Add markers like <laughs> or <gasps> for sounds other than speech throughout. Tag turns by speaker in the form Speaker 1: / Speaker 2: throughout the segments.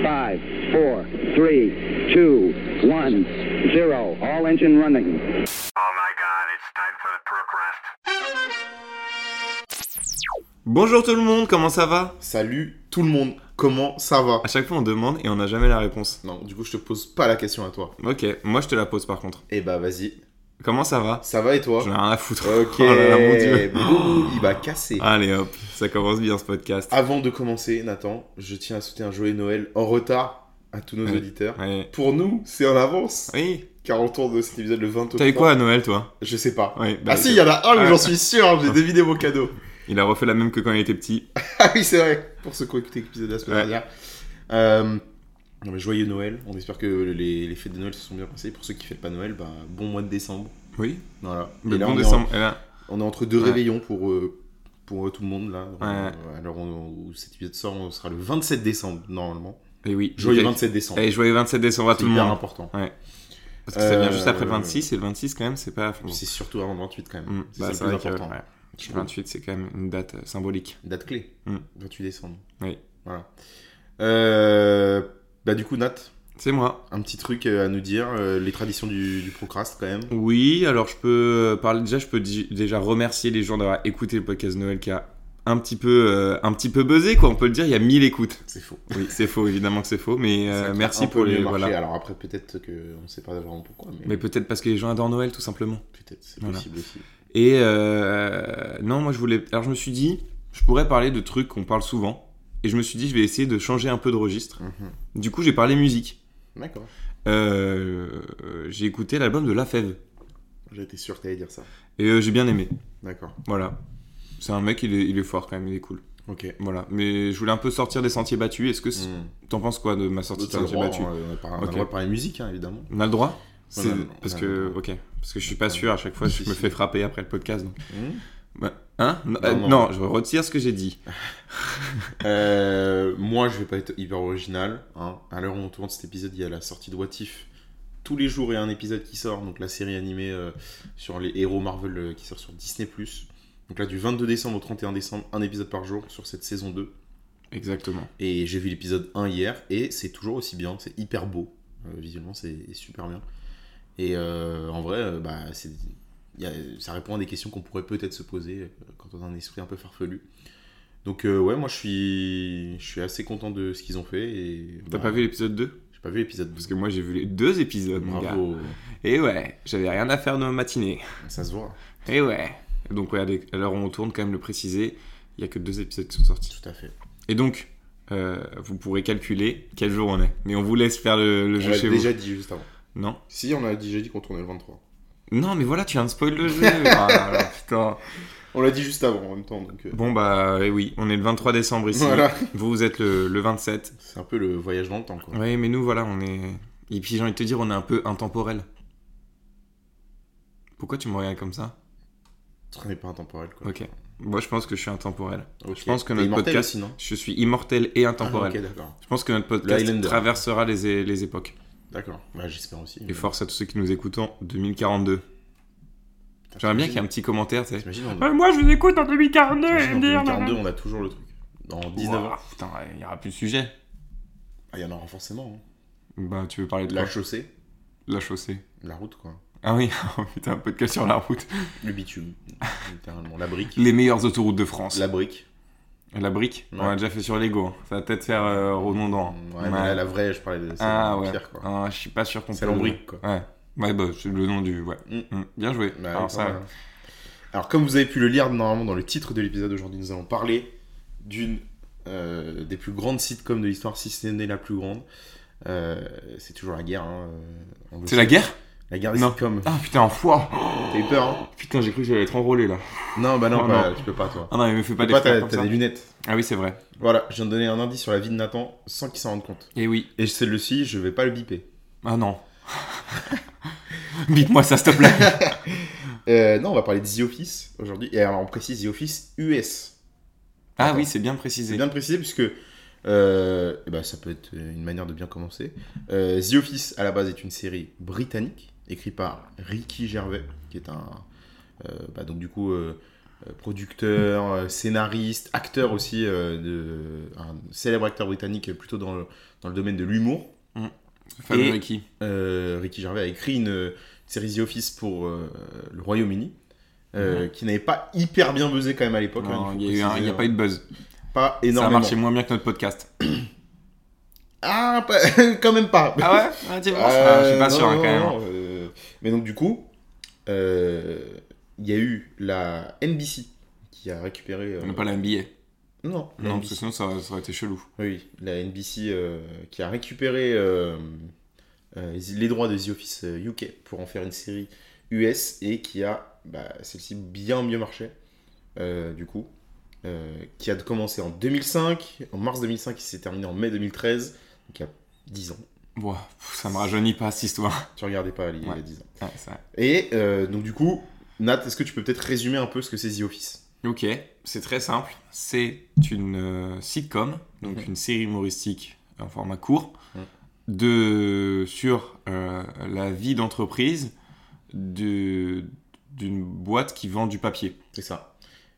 Speaker 1: Five, four, three, two, one, zero. All engine running.
Speaker 2: Oh my god, it's time for the perk rest.
Speaker 3: Bonjour tout le monde, comment ça va
Speaker 4: Salut tout le monde, comment ça va
Speaker 3: À chaque fois on demande et on n'a jamais la réponse.
Speaker 4: Non, du coup, je te pose pas la question à toi.
Speaker 3: Ok, moi je te la pose par contre.
Speaker 4: Eh bah, vas-y.
Speaker 3: Comment ça va
Speaker 4: Ça va et toi
Speaker 3: J'en ai rien à foutre.
Speaker 4: Oh. Ok,
Speaker 3: <laughs> Oh là là, mon dieu. Ah.
Speaker 4: Bouh, il va casser.
Speaker 3: Allez hop, ça commence bien ce podcast.
Speaker 4: Avant de commencer, Nathan, je tiens à souhaiter un joyeux Noël en retard à tous nos
Speaker 3: Oui.
Speaker 4: auditeurs.
Speaker 3: Ouais.
Speaker 4: Pour nous, c'est en avance,
Speaker 3: Oui.
Speaker 4: car on tourne cet épisode le 23.
Speaker 3: T'as eu quoi à Noël toi
Speaker 4: Je sais pas.
Speaker 3: Oui, bah,
Speaker 4: ah si, il y en a un,
Speaker 3: Ah.
Speaker 4: mais j'en suis sûr, hein. j'ai deviné vos cadeaux.
Speaker 3: Il a refait la même que quand il était petit.
Speaker 4: <laughs> Ah oui, c'est vrai, pour ceux qui ont écouté l'épisode de la semaine
Speaker 3: Ouais.
Speaker 4: dernière. Euh, non, mais joyeux Noël, on espère que les, les fêtes de Noël se sont bien passées. Pour ceux qui fêtent pas Noël, bah, bon mois de décembre.
Speaker 3: Oui.
Speaker 4: Voilà.
Speaker 3: Le
Speaker 4: Et là,
Speaker 3: bon
Speaker 4: on est en-
Speaker 3: décembre. Eh Et là,
Speaker 4: On est entre deux
Speaker 3: Ouais.
Speaker 4: réveillons pour, euh, pour euh, tout le monde là.
Speaker 3: Ouais.
Speaker 4: Euh, alors on, où cet épisode sort, on sera le 27 décembre normalement.
Speaker 3: Et ben, eh oui.
Speaker 4: Joyeux
Speaker 3: Ok.
Speaker 4: 27 décembre.
Speaker 3: Et joyeux 27 décembre à
Speaker 4: c'est
Speaker 3: tout le
Speaker 4: hyper
Speaker 3: monde.
Speaker 4: important.
Speaker 3: Parce que ça vient
Speaker 4: Euh,
Speaker 3: juste après le 26 et le 26 quand même c'est pas. Bon.
Speaker 4: C'est surtout avant le 28 quand même.
Speaker 3: Hmm,
Speaker 4: C'est
Speaker 3: bah,
Speaker 4: ça le plus
Speaker 3: vrai que,
Speaker 4: important.
Speaker 3: ouais.
Speaker 4: Je trouve.
Speaker 3: 28 c'est quand même une date euh, symbolique.
Speaker 4: Date clé.
Speaker 3: Mm.
Speaker 4: 28 décembre.
Speaker 3: Oui.
Speaker 4: Voilà. Euh, bah du coup Nat,
Speaker 3: C'est moi.
Speaker 4: un petit truc euh, à nous dire. euh, les traditions du, du procrast quand même.
Speaker 3: Oui, alors je peux euh, parler déjà, je peux di- déjà remercier les gens d'avoir écouté le podcast Noël qui a un petit peu, euh, un petit peu buzzé quoi. On peut le dire, il y a 1000 écoutes.
Speaker 4: C'est faux.
Speaker 3: Oui, c'est faux, évidemment que c'est faux, mais euh,
Speaker 4: Ça a
Speaker 3: merci
Speaker 4: un peu
Speaker 3: pour
Speaker 4: mieux hein.
Speaker 3: les
Speaker 4: marché.
Speaker 3: voilà.
Speaker 4: Alors après peut-être que on sait pas vraiment pourquoi, mais,
Speaker 3: Mais peut-être parce que les gens adorent Noël tout simplement.
Speaker 4: peut-être c'est
Speaker 3: Voilà.
Speaker 4: possible aussi.
Speaker 3: Et euh, non, moi je voulais, alors je me suis dit, je pourrais parler de trucs qu'on parle souvent, et je me suis dit je vais essayer de changer un peu de registre.
Speaker 4: Mhm.
Speaker 3: Du coup, j'ai parlé musique.
Speaker 4: D'accord.
Speaker 3: Euh, euh, j'ai écouté l'album de La Fève
Speaker 4: J'étais sûr que t'allais dire ça.
Speaker 3: et euh, j'ai bien aimé.
Speaker 4: D'accord.
Speaker 3: Voilà. C'est un mec, il est, il est fort quand même, il est cool.
Speaker 4: Ok.
Speaker 3: Voilà, mais je voulais un peu sortir des sentiers battus. Est-ce que c'est-
Speaker 4: Mm.
Speaker 3: t'en penses quoi de ma sortie de
Speaker 4: T'as le
Speaker 3: sentiers
Speaker 4: droit,
Speaker 3: battus
Speaker 4: hein, on a par- on a
Speaker 3: Ok.
Speaker 4: le droit de parler musique, hein, évidemment.
Speaker 3: On a le droit C'est-
Speaker 4: non, non, non,
Speaker 3: Parce
Speaker 4: on a
Speaker 3: que
Speaker 4: le
Speaker 3: ok, parce que je suis pas sûr à chaque fois,
Speaker 4: Si,
Speaker 3: je me
Speaker 4: si.
Speaker 3: fais frapper après le podcast. donc.
Speaker 4: Hmm.
Speaker 3: Hein non,
Speaker 4: Non,
Speaker 3: euh,
Speaker 4: non.
Speaker 3: non, je retire ce que j'ai dit.
Speaker 4: Euh, moi, je vais pas être hyper original. Hein. À l'heure où on tourne cet épisode, il y a la sortie de What If. Tous les jours, il y a un épisode qui sort. Donc, la série animée euh, sur les héros Marvel euh, qui sort sur Disney. Donc, là, du 22 décembre au 31 décembre, un épisode par jour sur cette saison 2.
Speaker 3: Exactement.
Speaker 4: Et j'ai vu l'épisode 1 hier et c'est toujours aussi bien, c'est hyper beau. Euh, visuellement, c'est super bien. Et euh, en vrai, euh, bah, c'est- y a- ça répond à des questions qu'on pourrait peut-être se poser euh, quand on a un esprit un peu farfelu. Donc euh, ouais, moi je suis, je suis assez content de ce qu'ils ont fait. et,
Speaker 3: T'as
Speaker 4: bah,
Speaker 3: pas vu l'épisode 2
Speaker 4: J'ai pas vu l'épisode
Speaker 3: Parce
Speaker 4: 12.
Speaker 3: que moi j'ai vu les deux épisodes, mon gars.
Speaker 4: Bravo,
Speaker 3: Et ouais, j'avais rien à faire de ma matinée.
Speaker 4: ça se voit,
Speaker 3: Et ouais. Donc regardez, à l'heure où on tourne, quand même le préciser, il y a que deux épisodes qui sont sortis.
Speaker 4: tout à fait.
Speaker 3: Et donc, euh, vous pourrez calculer quel jour on est. Mais on vous laisse faire le, le
Speaker 4: On
Speaker 3: jeu
Speaker 4: l'a
Speaker 3: chez
Speaker 4: Euh, déjà dit juste avant.
Speaker 3: vous. Non
Speaker 4: Si, on a déjà dit qu'on tournait le 23.
Speaker 3: Non, mais voilà, tu viens de spoil le
Speaker 4: <laughs>
Speaker 3: jeu. Ah là là, putain.
Speaker 4: On l'a dit juste avant en même temps, donc... euh,
Speaker 3: Bon, bah eh oui, on est le 23 décembre ici.
Speaker 4: Voilà,
Speaker 3: Vous, vous êtes le, le 27.
Speaker 4: c'est un peu le voyage dans le temps quoi.
Speaker 3: Oui, mais nous, voilà, on est. Et puis j'ai envie de te dire, on est un peu intemporel. Pourquoi tu me regardes comme ça
Speaker 4: On n'est pas intemporel quoi.
Speaker 3: Ok. Moi, je pense que je suis intemporel.
Speaker 4: Ok.
Speaker 3: Je pense que
Speaker 4: T'es
Speaker 3: notre
Speaker 4: immortel
Speaker 3: podcast-
Speaker 4: aussi, non
Speaker 3: Je suis immortel et
Speaker 4: Ah,
Speaker 3: intemporel.
Speaker 4: ok, d'accord.
Speaker 3: Je pense que notre podcast
Speaker 4: Le Highlander.
Speaker 3: traversera les, é- les époques.
Speaker 4: D'accord. Bah, j'espère aussi.
Speaker 3: Et force à tous ceux qui nous écoutent en 2042.
Speaker 4: Putain,
Speaker 3: J'aimerais bien qu'il y ait un
Speaker 4: t'imagines-
Speaker 3: petit commentaire, tu sais.
Speaker 4: T'imagines, on...
Speaker 3: Ouais, Euh, moi, je vous écoute en 2042
Speaker 4: t'imagines, en
Speaker 3: MDR,
Speaker 4: 2042,
Speaker 3: nanana.
Speaker 4: on a toujours le truc. Dans 19
Speaker 3: Ouah,
Speaker 4: ans.
Speaker 3: Putain, il n'y aura plus de sujet.
Speaker 4: Ah, il y en aura forcément. hein.
Speaker 3: Bah, tu veux parler de
Speaker 4: La
Speaker 3: quoi
Speaker 4: chaussée,
Speaker 3: La chaussée.
Speaker 4: la route, quoi.
Speaker 3: Ah oui, <laughs> putain, un podcast sur la route.
Speaker 4: Le bitume, <laughs> littéralement. La brique.
Speaker 3: Les meilleures autoroutes de France.
Speaker 4: La brique.
Speaker 3: La, brique
Speaker 4: Ouais.
Speaker 3: On l'a déjà fait sur Lego. hein. Ça va peut-être faire euh, redondant.
Speaker 4: Ouais,
Speaker 3: Ouais.
Speaker 4: mais là, la vraie, je parlais de celle
Speaker 3: Ah
Speaker 4: en
Speaker 3: ouais.
Speaker 4: pierre, quoi.
Speaker 3: Ah, je suis pas sûr qu'on
Speaker 4: C'est
Speaker 3: peut-
Speaker 4: l'ombrique, quoi.
Speaker 3: Ouais. Ouais, bah, c'est le nom du. Ouais.
Speaker 4: Mm.
Speaker 3: Mm. Bien joué.
Speaker 4: Bah,
Speaker 3: Alors,
Speaker 4: pas
Speaker 3: ça,
Speaker 4: mal. euh, Alors, comme vous avez pu le lire normalement dans le titre de l'épisode aujourd'hui, nous allons parler d'une euh, des plus grandes sitcoms de l'histoire, si ce n'est la plus grande. Euh, c'est toujours la guerre. hein, euh, on le
Speaker 3: C'est
Speaker 4: sait.
Speaker 3: la guerre
Speaker 4: La guerre des
Speaker 3: Non.
Speaker 4: sitcoms.
Speaker 3: Ah putain, enfoiré
Speaker 4: T'as eu peur, hein
Speaker 3: Putain, j'ai cru que j'allais être enrôlé là.
Speaker 4: Non, bah non,
Speaker 3: Non,
Speaker 4: bah, tu peux pas, toi.
Speaker 3: Ah non, mais me fais pas
Speaker 4: Tu
Speaker 3: des
Speaker 4: peux pas,
Speaker 3: frères
Speaker 4: t'as
Speaker 3: comme
Speaker 4: t'as
Speaker 3: ça.
Speaker 4: des lunettes.
Speaker 3: Ah oui, c'est vrai.
Speaker 4: Voilà, je viens de donner un indice sur la vie de Nathan sans qu'il s'en rende compte.
Speaker 3: Et Eh oui.
Speaker 4: Et celle-ci, je vais pas le biper. <laughs>
Speaker 3: Ah non. <laughs> Bite-moi ça, s'il te plaît.
Speaker 4: Euh, non, on va parler de The Office aujourd'hui. Et alors, on précise The Office US.
Speaker 3: Ah
Speaker 4: Attends.
Speaker 3: oui, c'est bien
Speaker 4: C'est
Speaker 3: précisé.
Speaker 4: bien de préciser puisque euh, eh ben, ça peut être une manière de bien commencer. Euh, The Office, à la base, est une série britannique écrite par Ricky Gervais, qui est un. euh, bah, donc, du coup, euh, euh, producteur, euh, scénariste, acteur aussi, euh, de, un célèbre acteur britannique plutôt dans le, dans le domaine de l'humour.
Speaker 3: Fameux
Speaker 4: Et-
Speaker 3: Ricky.
Speaker 4: Euh, Ricky Gervais a écrit une, une série The Office pour euh, le Royaume-Uni, euh, qui n'avait pas hyper bien buzzé quand même à l'époque. hein,
Speaker 3: Mhm. Non, Il
Speaker 4: faut
Speaker 3: n'y a, eu un-
Speaker 4: préciser,
Speaker 3: il y a
Speaker 4: hein.
Speaker 3: pas eu de buzz.
Speaker 4: Pas
Speaker 3: Ça a
Speaker 4: énormément.
Speaker 3: marché moins bien que notre podcast.
Speaker 4: Ah, pas- <laughs> quand même pas.
Speaker 3: Ah <laughs> ouais ah, tu vois,
Speaker 4: Euh,
Speaker 3: ça, Je suis pas
Speaker 4: non,
Speaker 3: sûr hein, quand
Speaker 4: non,
Speaker 3: même.
Speaker 4: non, euh, mais donc du coup, euh, il y a eu la NBC qui a récupéré. euh,
Speaker 3: On n'a pas la NBA.
Speaker 4: Non, la
Speaker 3: Non, parce que
Speaker 4: NBC.
Speaker 3: sinon ça, ça aurait été chelou.
Speaker 4: Oui, la NBC euh, qui a récupéré euh, euh, les droits de The Office euh, UK pour en faire une série US et qui a bah, celle-ci bien mieux marché, euh, du coup, euh, qui a commencé en 2005, en mars 2005, qui s'est terminée en mai 2013, donc il y a 10 ans.
Speaker 3: Ouah, pff, ça me rajeunit pas cette histoire.
Speaker 4: Tu regardais pas Ali il y a
Speaker 3: Ouais.
Speaker 4: 10 ans.
Speaker 3: <laughs> Ouais, c'est vrai.
Speaker 4: Et euh, donc du coup, Nat, est-ce que tu peux peut-être résumer un peu ce que c'est The Office
Speaker 3: Ok, c'est très simple. C'est une euh, sitcom, donc
Speaker 4: Mhm.
Speaker 3: une série humoristique en format court,
Speaker 4: Mhm.
Speaker 3: de, sur euh, la vie d'entreprise de- d'une boîte qui vend du papier.
Speaker 4: C'est ça.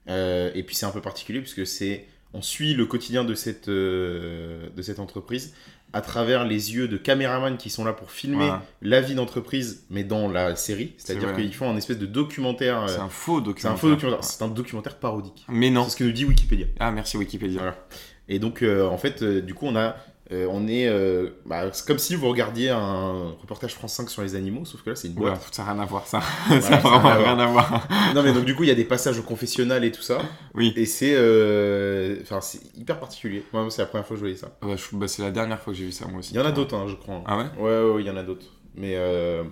Speaker 4: Euh, et puis c'est un peu particulier puisque c'est on suit le quotidien de cette euh, de cette entreprise à travers les yeux de caméramans qui sont là pour filmer
Speaker 3: Voilà.
Speaker 4: la vie d'entreprise, mais dans la série.
Speaker 3: C'est
Speaker 4: C'est-à-dire
Speaker 3: vrai.
Speaker 4: qu'ils font un espèce de documentaire. euh,
Speaker 3: C'est un faux
Speaker 4: C'est
Speaker 3: documentaire.
Speaker 4: un faux documentaire. C'est un documentaire parodique.
Speaker 3: Mais non.
Speaker 4: C'est ce que nous dit Wikipédia.
Speaker 3: Ah, merci Wikipédia.
Speaker 4: Voilà. Et donc, euh, en fait, euh, du coup, on a. euh, on est. euh, bah, c'est comme si vous regardiez un reportage France 5 sur les animaux, sauf que là, c'est une boîte.
Speaker 3: Ouais, ça n'a rien à voir, ça. <laughs> ça
Speaker 4: Voilà,
Speaker 3: n'a vraiment
Speaker 4: ça a rien
Speaker 3: rien à voir.
Speaker 4: non, mais donc, du coup, il y a des passages au confessionnal et tout ça.
Speaker 3: Oui,
Speaker 4: Et c'est. euh, Enfin, c'est hyper particulier. Moi, c'est la première fois que je voyais ça.
Speaker 3: Ah bah, je- bah, c'est la dernière fois que j'ai vu ça, moi aussi.
Speaker 4: Il y en a d'autres, hein, je crois.
Speaker 3: Ah ouais
Speaker 4: Ouais, ouais, ouais, il y en a d'autres. Mais. euh,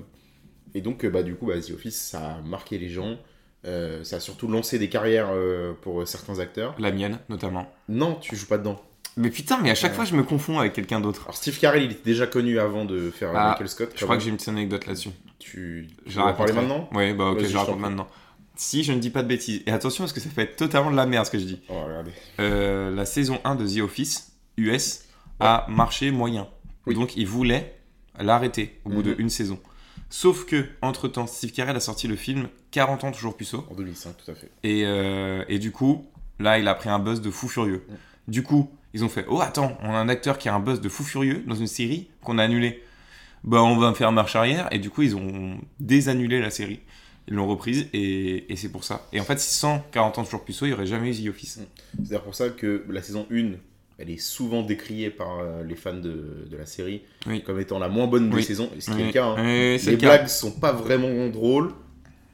Speaker 4: Et donc, euh, bah, du coup, bah, The Office, ça a marqué les gens. Euh, ça a surtout lancé des carrières euh, pour certains acteurs.
Speaker 3: La mienne, notamment.
Speaker 4: Non, tu joues pas dedans.
Speaker 3: Mais putain, mais à chaque
Speaker 4: Ouais.
Speaker 3: fois, je me confonds avec quelqu'un d'autre.
Speaker 4: Alors, Steve Carell, il était déjà connu avant de faire
Speaker 3: Ah,
Speaker 4: Michael Scott.
Speaker 3: Je crois que j'ai une petite anecdote là-dessus.
Speaker 4: Tu.
Speaker 3: Je
Speaker 4: tu
Speaker 3: la
Speaker 4: veux en parler
Speaker 3: raconterai.
Speaker 4: maintenant
Speaker 3: Oui, bah ok,
Speaker 4: Vas-y,
Speaker 3: je la
Speaker 4: je t'en
Speaker 3: raconte
Speaker 4: prie.
Speaker 3: maintenant. Si je ne dis pas de bêtises, et attention parce que ça peut être totalement de la merde ce que je dis.
Speaker 4: Oh, regardez.
Speaker 3: Euh, la saison 1 de The Office US a marché moyen.
Speaker 4: Oui.
Speaker 3: Donc ils voulaient l'arrêter au bout
Speaker 4: Mhm.
Speaker 3: d'une saison. Sauf que, entre-temps, Steve Carell a sorti le film 40 ans toujours puceau.
Speaker 4: En 2005, tout à fait.
Speaker 3: Et, euh, et du coup, là, il a pris un buzz de fou furieux.
Speaker 4: Ouais.
Speaker 3: Du coup, ils ont fait Oh, attends, on a un acteur qui a un buzz de fou furieux dans une série qu'on a annulée. Bah, on va faire marche arrière. Et du coup, ils ont désannulé la série. Ils l'ont reprise et, et c'est pour ça. Et en fait, sans 40 ans toujours puceau, il n'y aurait jamais eu The Office.
Speaker 4: C'est d'ailleurs pour ça que la saison 1, elle est souvent décriée par euh, les fans de, de la série
Speaker 3: Oui.
Speaker 4: comme étant la moins bonne des
Speaker 3: Oui.
Speaker 4: saisons, et ce qui
Speaker 3: Oui.
Speaker 4: est le cas. hein.
Speaker 3: Oui, c'est
Speaker 4: Les
Speaker 3: le cas.
Speaker 4: blagues sont pas vraiment drôles.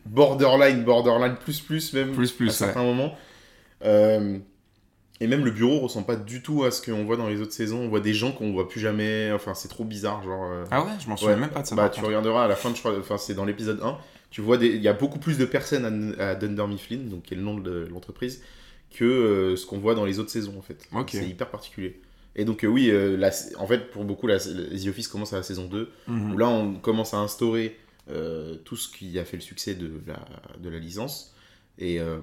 Speaker 4: Borderline, borderline, plus plus même
Speaker 3: Plus, plus,
Speaker 4: à certains moments. Euh, et même le bureau ressemble pas du tout à ce qu'on voit dans les autres saisons. On voit des gens qu'on voit plus jamais. Enfin, c'est trop bizarre, genre... euh,
Speaker 3: Ah ouais, je m'en
Speaker 4: Ouais,
Speaker 3: souviens même pas de ça.
Speaker 4: Bah,
Speaker 3: par
Speaker 4: tu
Speaker 3: contre.
Speaker 4: regarderas à la fin, de- je crois, enfin, c'est dans l'épisode 1. Tu vois, des- il y a beaucoup plus de personnes à, à Dunder Mifflin, donc qui est le nom de l'entreprise, que euh, ce qu'on voit dans les autres saisons, en fait.
Speaker 3: Ok.
Speaker 4: C'est hyper particulier. Et donc, euh, oui, euh, la- en fait, pour beaucoup, la, The Office commence à la saison 2,
Speaker 3: Mhm.
Speaker 4: où là, on commence à instaurer euh, tout ce qui a fait le succès de la, de la licence. Et, euh,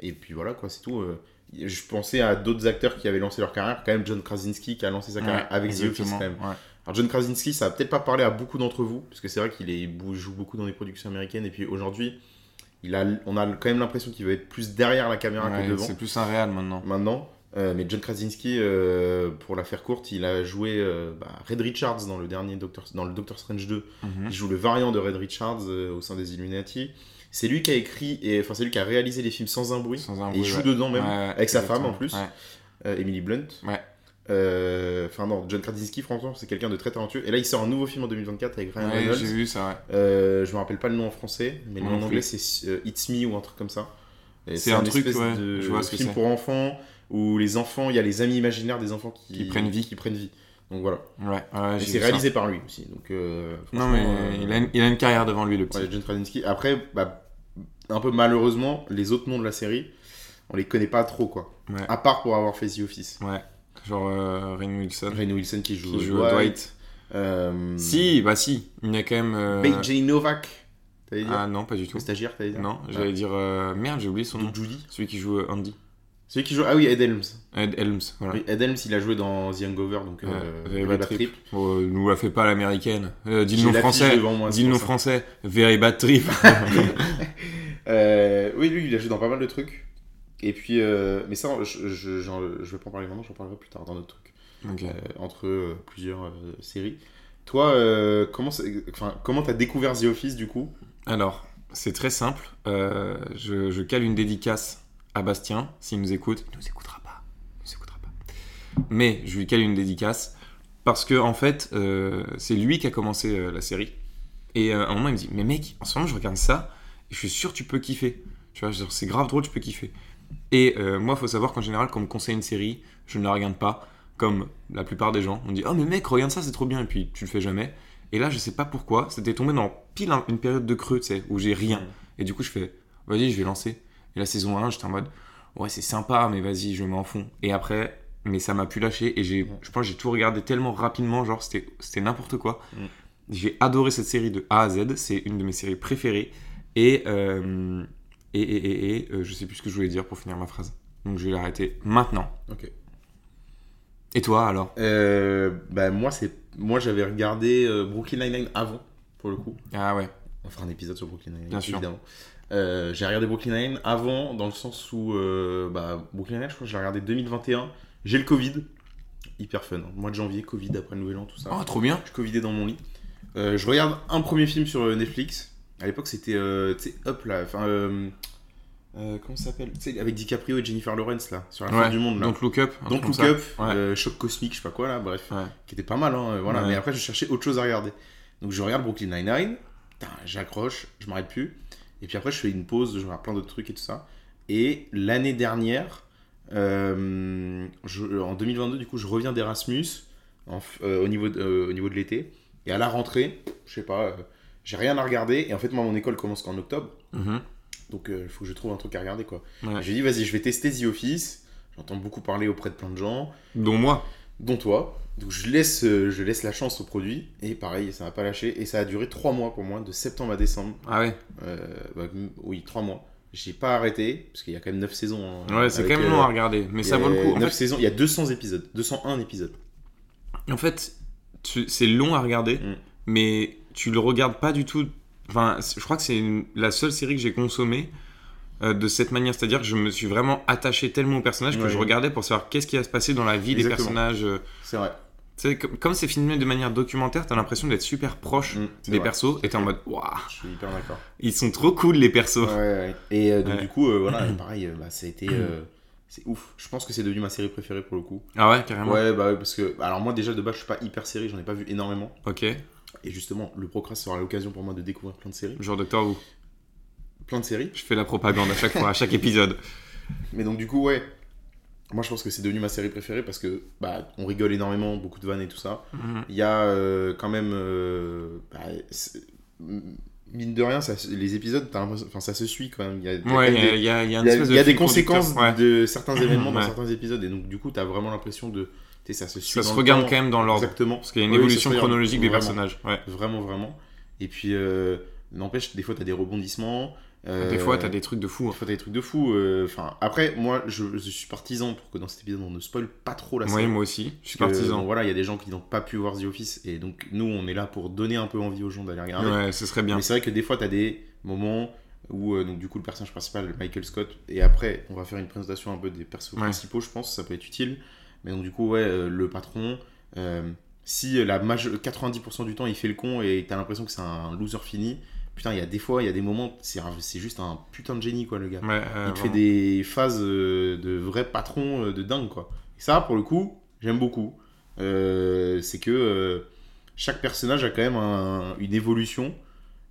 Speaker 4: et puis voilà, quoi, c'est tout. euh. Je pensais à d'autres acteurs qui avaient lancé leur carrière, quand même John Krasinski qui a lancé sa carrière
Speaker 3: Ouais,
Speaker 4: avec The Office,
Speaker 3: exactement,
Speaker 4: quand même.
Speaker 3: ouais.
Speaker 4: Alors John Krasinski, ça va peut-être pas parler à beaucoup d'entre vous, parce que c'est vrai qu'il est- il bou- joue beaucoup dans des productions américaines, et puis aujourd'hui, il a, on a quand même l'impression qu'il va être plus derrière la caméra
Speaker 3: Ouais,
Speaker 4: que devant,
Speaker 3: c'est plus un réel maintenant.
Speaker 4: maintenant. Euh, mais John Krasinski, euh, pour la faire courte, il a joué euh, bah, Red Richards dans le dernier Doctor, dans le Doctor Strange 2.
Speaker 3: Mhm.
Speaker 4: Il joue le variant de Red Richards euh, au sein des Illuminati. C'est lui qui a écrit, et enfin c'est lui qui a réalisé les films sans un bruit.
Speaker 3: Sans un
Speaker 4: et il
Speaker 3: bruit,
Speaker 4: joue
Speaker 3: ouais.
Speaker 4: dedans même,
Speaker 3: Ouais, ouais,
Speaker 4: avec sa femme
Speaker 3: exactement.
Speaker 4: en plus
Speaker 3: Ouais.
Speaker 4: euh, Emily Blunt.
Speaker 3: Ouais.
Speaker 4: Euh, Enfin non, John Krasinski, franchement, c'est quelqu'un de très talentueux. Et là, il sort un nouveau film en 2024 avec Ryan
Speaker 3: Ouais,
Speaker 4: Reynolds.
Speaker 3: j'ai vu ça, ouais.
Speaker 4: Euh, je me rappelle pas le nom en français, mais le
Speaker 3: Moi
Speaker 4: nom
Speaker 3: non
Speaker 4: en
Speaker 3: plus.
Speaker 4: anglais c'est euh, It's Me ou un truc comme ça. Et
Speaker 3: C'est un truc,
Speaker 4: espèce
Speaker 3: ouais,
Speaker 4: de
Speaker 3: je vois ce que
Speaker 4: film
Speaker 3: c'est.
Speaker 4: pour enfants où les enfants, il y a les amis imaginaires des enfants qui,
Speaker 3: Qui prennent vie.
Speaker 4: Qui prennent vie. Donc voilà.
Speaker 3: Ouais, ouais,
Speaker 4: Et
Speaker 3: j'ai
Speaker 4: c'est
Speaker 3: vu ça.
Speaker 4: réalisé par lui aussi. Donc euh,
Speaker 3: Non,
Speaker 4: franchement,
Speaker 3: mais
Speaker 4: euh,
Speaker 3: il, a une, il a une carrière devant lui, le petit.
Speaker 4: Ouais, John Krasinski. Après, bah, un peu malheureusement, les autres noms de la série, on les connaît pas trop, quoi.
Speaker 3: Ouais.
Speaker 4: À part pour avoir fait The Office.
Speaker 3: Genre euh, Rainn Wilson.
Speaker 4: Rainn Wilson qui joue,
Speaker 3: Qui joue Dwight.
Speaker 4: Euh,
Speaker 3: Si, bah si. Il y a quand même. euh,
Speaker 4: BJ Novak. T'allais dire
Speaker 3: Ah non, pas du
Speaker 4: Le
Speaker 3: tout.
Speaker 4: stagiaire, t'allais dire
Speaker 3: Non, j'allais dire. euh, Merde, j'ai oublié son nom.
Speaker 4: Donc Judy.
Speaker 3: Celui qui joue euh, Andy.
Speaker 4: Celui qui joue. Ah oui, Ed Helms.
Speaker 3: Ed Helms, voilà.
Speaker 4: Oui, Ed Helms, il a joué dans The Hangover, donc
Speaker 3: Ouais,
Speaker 4: euh,
Speaker 3: Very
Speaker 4: Very
Speaker 3: Bad
Speaker 4: Bad
Speaker 3: Trip. Oh, nous la fait pas à l'américaine. Euh, dis le
Speaker 4: J'ai
Speaker 3: nom
Speaker 4: l'affiche
Speaker 3: français.
Speaker 4: devant moi, c'est
Speaker 3: Dis le nom
Speaker 4: pour ça.
Speaker 3: français. Very bad trip.
Speaker 4: <laughs> Euh, oui, lui, il a joué dans pas mal de trucs. Et puis, euh, mais ça, je, je, j'en- je vais pas en parler maintenant, j'en parlerai plus tard dans notre truc.
Speaker 3: <laughs> Ok.
Speaker 4: Euh, entre euh, plusieurs euh, séries. Toi, euh, comment c'est- enfin, comment t'as découvert The Office du coup
Speaker 3: Alors, c'est très simple. Euh, je, je cale une dédicace à Bastien, s'il nous écoute. Il nous écoutera pas. Il nous écoutera pas. Mais je lui cale une dédicace parce que, en fait, euh, c'est lui qui a commencé euh, la série. Et euh, à un moment, il me dit Mais mec, en ce moment, je regarde ça et je suis sûr que tu peux kiffer. Tu vois, genre, c'est grave drôle, tu peux kiffer. Et euh, moi, faut savoir qu'en général, quand on me conseille une série, je ne la regarde pas. Comme la plupart des gens, on dit Oh, mais mec, regarde ça, c'est trop bien. Et puis, tu le fais jamais. Et là, je sais pas pourquoi, c'était tombé dans pile un- une période de creux, tu sais, où j'ai rien.
Speaker 4: Mm.
Speaker 3: Et du coup, je fais, vas-y, je vais lancer. Et la saison 1, j'étais en mode, ouais, c'est sympa, mais vas-y, je m'en fond. Et après, mais ça m'a pu lâcher. Et j'ai,
Speaker 4: Mm.
Speaker 3: je pense que j'ai tout regardé tellement rapidement, genre, c'était c'était n'importe quoi.
Speaker 4: Mm.
Speaker 3: J'ai adoré cette série de A à Z. C'est une de mes séries préférées. Et, euh, et, et, et, et, euh, je sais plus ce que je voulais dire pour finir ma phrase. Donc, je vais l'arrêter maintenant.
Speaker 4: Ok.
Speaker 3: Et toi, alors
Speaker 4: Euh, bah, moi, c'est moi j'avais regardé euh, Brooklyn Nine-Nine avant, pour le coup.
Speaker 3: Ah ouais.
Speaker 4: On fera un épisode sur Brooklyn Nine-Nine,
Speaker 3: Bien sûr.
Speaker 4: évidemment. Euh, j'ai regardé Brooklyn Nine-Nine avant, dans le sens où euh, bah, Brooklyn Nine-Nine, je crois que je l'ai regardé 2021. J'ai le Covid. Hyper fun. hein. Mois de janvier, Covid après le Nouvel An, tout ça.
Speaker 3: Oh, trop bien.
Speaker 4: Je covidais dans mon lit. Euh, je regarde un premier film sur euh, Netflix. À l'époque, c'était. Euh, tu sais, Up là. Enfin. euh, euh, comment ça s'appelle Tu sais, avec DiCaprio et Jennifer Lawrence là. Sur la fin
Speaker 3: Ouais.
Speaker 4: du monde là.
Speaker 3: Donc, look up. un truc
Speaker 4: Donc Look
Speaker 3: comme ça.
Speaker 4: Up,
Speaker 3: Ouais.
Speaker 4: euh, Choc Cosmique, je sais pas quoi là, bref,
Speaker 3: Ouais.
Speaker 4: qui était pas mal, hein, euh, voilà.
Speaker 3: Ouais.
Speaker 4: Mais après, je cherchais autre chose à regarder. Donc je regarde Brooklyn Nine-Nine, putain, j'accroche, je m'arrête plus. Et puis après, je fais une pause, je regarde plein d'autres trucs et tout ça. Et l'année dernière, euh, je- en 2022, du coup, je reviens d'Erasmus en f- euh, au niveau de, euh, au niveau de l'été. Et à la rentrée, je sais pas, euh, j'ai rien à regarder. Et en fait, moi, mon école commence qu'en octobre.
Speaker 3: Mhm.
Speaker 4: Donc il faut que je trouve un truc à regarder, quoi.
Speaker 3: Ouais.
Speaker 4: J'ai dit, vas-y, je vais tester The Office. J'entends beaucoup parler auprès de plein de gens
Speaker 3: Dont moi.
Speaker 4: dont toi. Donc je laisse, euh, je laisse la chance au produit. Et pareil, ça n'a pas lâché. Et ça a duré trois mois pour moi, de septembre à décembre.
Speaker 3: Ah ouais,
Speaker 4: Euh, bah, m- oui, trois mois. J'ai pas arrêté, parce qu'il y a quand même 9 saisons. hein,
Speaker 3: ouais c'est
Speaker 4: avec,
Speaker 3: quand même
Speaker 4: euh,
Speaker 3: long à regarder, mais ça vaut le
Speaker 4: euh,
Speaker 3: coup. En
Speaker 4: neuf
Speaker 3: fait,
Speaker 4: saisons, il y a 200 épisodes, 201 épisodes.
Speaker 3: en fait, tu- c'est long à regarder,
Speaker 4: Mm.
Speaker 3: mais tu le regardes pas du tout. Enfin, c- je crois que c'est une- la seule série que j'ai consommée euh, de cette manière. C'est-à-dire que je me suis vraiment attaché tellement au personnage que
Speaker 4: Ouais.
Speaker 3: je regardais pour savoir qu'est-ce qui va se passer dans la vie
Speaker 4: Exactement.
Speaker 3: des personnages. euh,
Speaker 4: C'est vrai.
Speaker 3: tu sais, comme comme c'est filmé de manière documentaire, t'as l'impression d'être super proche
Speaker 4: Mm, c'est
Speaker 3: des
Speaker 4: vrai.
Speaker 3: persos et t'es en mode waouh,
Speaker 4: Je suis hyper
Speaker 3: <laughs>
Speaker 4: d'accord.
Speaker 3: ils sont trop cool les persos.
Speaker 4: Ouais, ouais. Et euh, donc,
Speaker 3: Ouais.
Speaker 4: du coup,
Speaker 3: <clears throat>
Speaker 4: euh, voilà, pareil, euh, bah, ça a été. euh, c'est ouf. Je pense que c'est devenu ma série préférée pour le coup.
Speaker 3: Ah ouais, carrément.
Speaker 4: Ouais, bah ouais, parce que. Alors, moi, déjà, de base, je suis pas hyper série, j'en ai pas vu énormément.
Speaker 3: Ok,
Speaker 4: Et justement, le Procrast sera l'occasion pour moi de découvrir plein de séries.
Speaker 3: genre Doctor Who.
Speaker 4: Plein de séries.
Speaker 3: Je fais la propagande à chaque fois, à chaque <laughs> épisode.
Speaker 4: Mais donc du coup, ouais. Moi, je pense que c'est devenu ma série préférée parce que bah, on rigole énormément, beaucoup de vannes et tout ça.
Speaker 3: Mhm.
Speaker 4: Il y a euh, quand même, euh, bah, c'est- m- mine de rien, ça, se- les épisodes, t'as l'impression- enfin, ça se suit quand même. Il y a, il y a quand
Speaker 3: Ouais,
Speaker 4: même
Speaker 3: il y a-
Speaker 4: des-
Speaker 3: il y a, il y a
Speaker 4: il
Speaker 3: une
Speaker 4: y a-
Speaker 3: espèce
Speaker 4: il y a
Speaker 3: de
Speaker 4: des
Speaker 3: fil conducteur.
Speaker 4: conséquences
Speaker 3: Ouais.
Speaker 4: de certains événements dans
Speaker 3: Ouais.
Speaker 4: certains épisodes et donc du coup, t'as vraiment l'impression de, tu sais, ça se suit.
Speaker 3: Ça se
Speaker 4: dans le
Speaker 3: regarde
Speaker 4: temps.
Speaker 3: quand même dans l'ordre.
Speaker 4: Exactement.
Speaker 3: Parce qu'il y a une
Speaker 4: Oui, ça se
Speaker 3: évolution
Speaker 4: regarde.
Speaker 3: chronologique des
Speaker 4: Vraiment.
Speaker 3: personnages. Ouais.
Speaker 4: Vraiment, vraiment. Et puis, euh, n'empêche, des fois, t'as des rebondissements.
Speaker 3: Des fois,
Speaker 4: euh,
Speaker 3: t'as des trucs de fou. hein.
Speaker 4: Faut faire des trucs de fou. euh, Enfin, après, moi, je, je suis partisan pour que dans cet épisode, on ne spoil pas trop la
Speaker 3: Moi,
Speaker 4: série.
Speaker 3: moi aussi, je suis
Speaker 4: Parce que, bon,
Speaker 3: partisan.
Speaker 4: voilà, il y a des gens qui n'ont pas pu voir The Office, et donc nous, on est là pour donner un peu envie aux gens d'aller regarder.
Speaker 3: Ouais, ce serait bien.
Speaker 4: Mais c'est vrai que des fois, t'as des moments où, euh, donc, du coup, le personnage principal, Michael Scott, et après, on va faire une présentation un peu des persos
Speaker 3: Ouais.
Speaker 4: principaux, je pense, ça peut être utile. Mais donc, du coup, ouais, euh, le patron. euh, si la maje- 90% du temps il fait le con et t'as l'impression que c'est un loser fini, putain, il y a des fois, il y a des moments, c'est un- c'est juste un putain de génie, quoi, le gars.
Speaker 3: Ouais, euh,
Speaker 4: Il te fait
Speaker 3: vraiment.
Speaker 4: des phases euh, de vrai patron euh, de dingue, quoi. Et ça, pour le coup, j'aime beaucoup. Euh, c'est que euh, chaque personnage a quand même un- une évolution.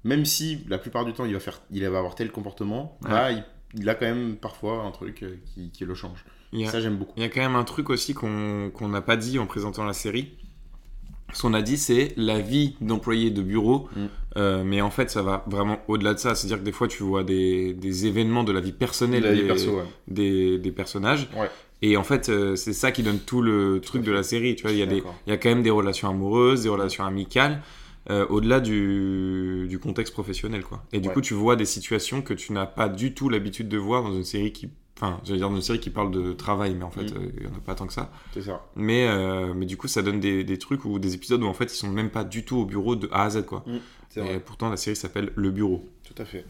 Speaker 4: Même si la plupart du temps, il va, faire, il va avoir tel comportement,
Speaker 3: Ouais.
Speaker 4: bah, il, il a quand même parfois un truc euh, qui, qui le change.
Speaker 3: Il y a-
Speaker 4: Ça, j'aime beaucoup.
Speaker 3: Il y a quand même un truc aussi qu'on qu'on n'a pas dit en présentant la série. Ce qu'on a dit, c'est la vie d'employé de bureau.
Speaker 4: Mm.
Speaker 3: Euh, mais en fait, ça va vraiment au-delà de ça. C'est-à-dire que des fois, tu vois des, des événements de la vie personnelle
Speaker 4: La vie
Speaker 3: des,
Speaker 4: perso, ouais.
Speaker 3: des- des personnages.
Speaker 4: Ouais.
Speaker 3: Et en fait, euh, c'est ça qui donne tout le truc de la série. Tu vois, il y, a
Speaker 4: Je suis
Speaker 3: des-
Speaker 4: d'accord.
Speaker 3: il y a quand même des relations amoureuses, des relations amicales, euh, au-delà du, du contexte professionnel. Quoi. Et du
Speaker 4: Ouais.
Speaker 3: coup, tu vois des situations que tu n'as pas du tout l'habitude de voir dans une série qui. Enfin, j'allais dire dans une série qui parle de travail, mais en fait,
Speaker 4: Mm.
Speaker 3: euh, il n'y en a pas tant que ça.
Speaker 4: C'est ça.
Speaker 3: Mais, euh, mais du coup, ça donne des, des trucs ou des épisodes où en fait, ils sont même pas du tout au bureau de A à Z. Quoi.
Speaker 4: C'est
Speaker 3: Et
Speaker 4: vrai.
Speaker 3: pourtant, la série s'appelle Le Bureau.
Speaker 4: Tout à fait.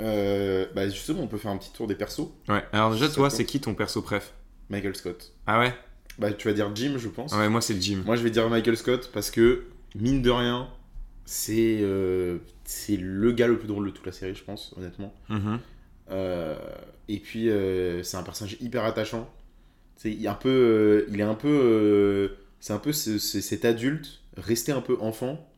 Speaker 4: Euh, bah justement, on peut faire un petit tour des persos.
Speaker 3: Ouais. Alors déjà,
Speaker 4: Ça
Speaker 3: toi,
Speaker 4: compte.
Speaker 3: c'est qui ton perso préf
Speaker 4: Michael Scott.
Speaker 3: Ah ouais
Speaker 4: Bah tu vas dire Jim, je pense.
Speaker 3: Ah ouais, moi c'est Jim.
Speaker 4: Moi, je vais dire Michael Scott parce que, mine de rien, c'est euh, c'est le gars le plus drôle de toute la série, je pense, honnêtement.
Speaker 3: Mhm.
Speaker 4: Euh, et puis, euh, c'est un personnage hyper attachant. C'est il est un peu, euh, il est un peu, euh, c'est un peu ce- ce- cet adulte resté un peu enfant.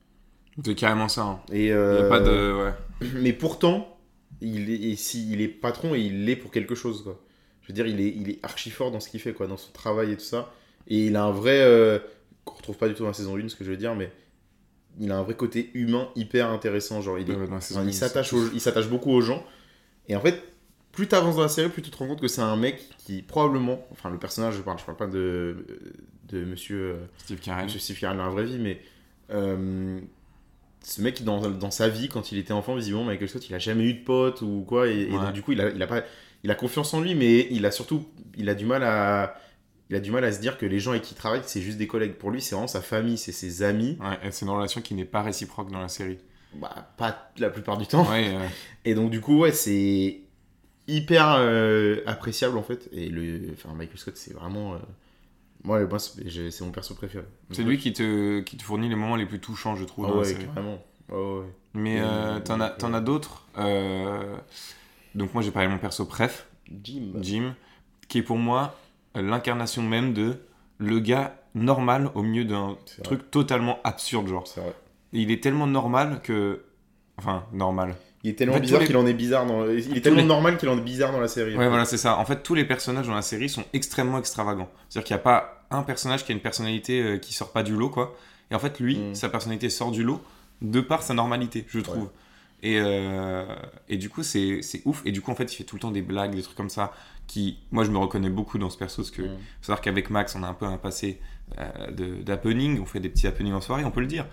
Speaker 3: C'est carrément ça. hein.
Speaker 4: Et
Speaker 3: Y a
Speaker 4: euh,
Speaker 3: pas de. Ouais.
Speaker 4: mais pourtant, il est, et si- il est patron et il l'est pour quelque chose, quoi. Je veux dire, il est, il est archi fort dans ce qu'il fait, quoi, dans son travail et tout ça. Et il a un vrai. euh, qu'on retrouve pas du tout dans la saison 1, ce que je veux dire, mais il a un vrai côté humain hyper intéressant. Genre, il, est-
Speaker 3: Ouais, ouais, dans la saison
Speaker 4: enfin, il
Speaker 3: une,
Speaker 4: s'attache
Speaker 3: c'est-
Speaker 4: aux- il s'attache beaucoup aux gens. Et en fait, plus t'avances dans la série, plus tu te rends compte que c'est un mec qui probablement. Enfin, le personnage, je parle, je parle pas de, de monsieur. euh,
Speaker 3: Steve Carell.
Speaker 4: je suis fier dans la vraie vie, mais euh, ce mec, dans, dans sa vie, quand il était enfant, visiblement, Michael Scott, il a jamais eu de pote ou quoi, et, et
Speaker 3: Ouais.
Speaker 4: donc, du coup, il a, il a pas, il a confiance en lui, mais il a surtout, il a du mal à, il a du mal à se dire que les gens avec qui il travaille, c'est juste des collègues. Pour lui, c'est vraiment sa famille, c'est ses amis,
Speaker 3: Ouais, et c'est une relation qui n'est pas réciproque dans la
Speaker 4: <laughs>
Speaker 3: série.
Speaker 4: bah, pas la plupart du temps.
Speaker 3: Ouais, euh,
Speaker 4: Et donc, du coup, ouais, c'est hyper euh, appréciable en fait. Et le, enfin, Michael Scott, c'est vraiment, euh, moi, moi, c'est j'ai- c'est mon perso préféré.
Speaker 3: c'est lui qui te, qui te fournit les moments les plus touchants, je trouve.
Speaker 4: Ah
Speaker 3: dans la
Speaker 4: ouais,
Speaker 3: série.
Speaker 4: carrément. Ah ouais, ouais.
Speaker 3: Mais euh, t'en as, t'en as d'autres. euh, Donc moi j'ai parlé de mon perso préf,
Speaker 4: Jim.
Speaker 3: Jim, qui est pour moi euh, l'incarnation même de le gars normal au milieu d'un
Speaker 4: C'est vrai.
Speaker 3: truc totalement absurde genre.
Speaker 4: C'est vrai.
Speaker 3: Il est tellement normal que... Enfin, normal.
Speaker 4: Il est tellement
Speaker 3: En fait,
Speaker 4: bizarre
Speaker 3: tous les-
Speaker 4: qu'il en est bizarre dans. Il est
Speaker 3: Tous
Speaker 4: tellement
Speaker 3: les-
Speaker 4: normal qu'il en est bizarre dans la série.
Speaker 3: Ouais, voilà, c'est ça. En fait, tous les personnages dans la série sont extrêmement extravagants. C'est-à-dire qu'il n'y a pas un personnage qui a une personnalité euh, qui sort pas du lot, quoi. Et en fait, lui,
Speaker 4: Mm.
Speaker 3: sa personnalité sort du lot de par sa normalité, je trouve.
Speaker 4: Ouais.
Speaker 3: Et, euh, et du coup, c'est c'est ouf. Et du coup, en fait, il fait tout le temps des blagues, des trucs comme ça. Qui, moi, je me reconnais beaucoup dans ce perso, parce que
Speaker 4: Mm.
Speaker 3: faut savoir qu'avec Max, on a un peu un passé euh, de- d'happening. On fait des petits happenings en soirée, on peut le dire.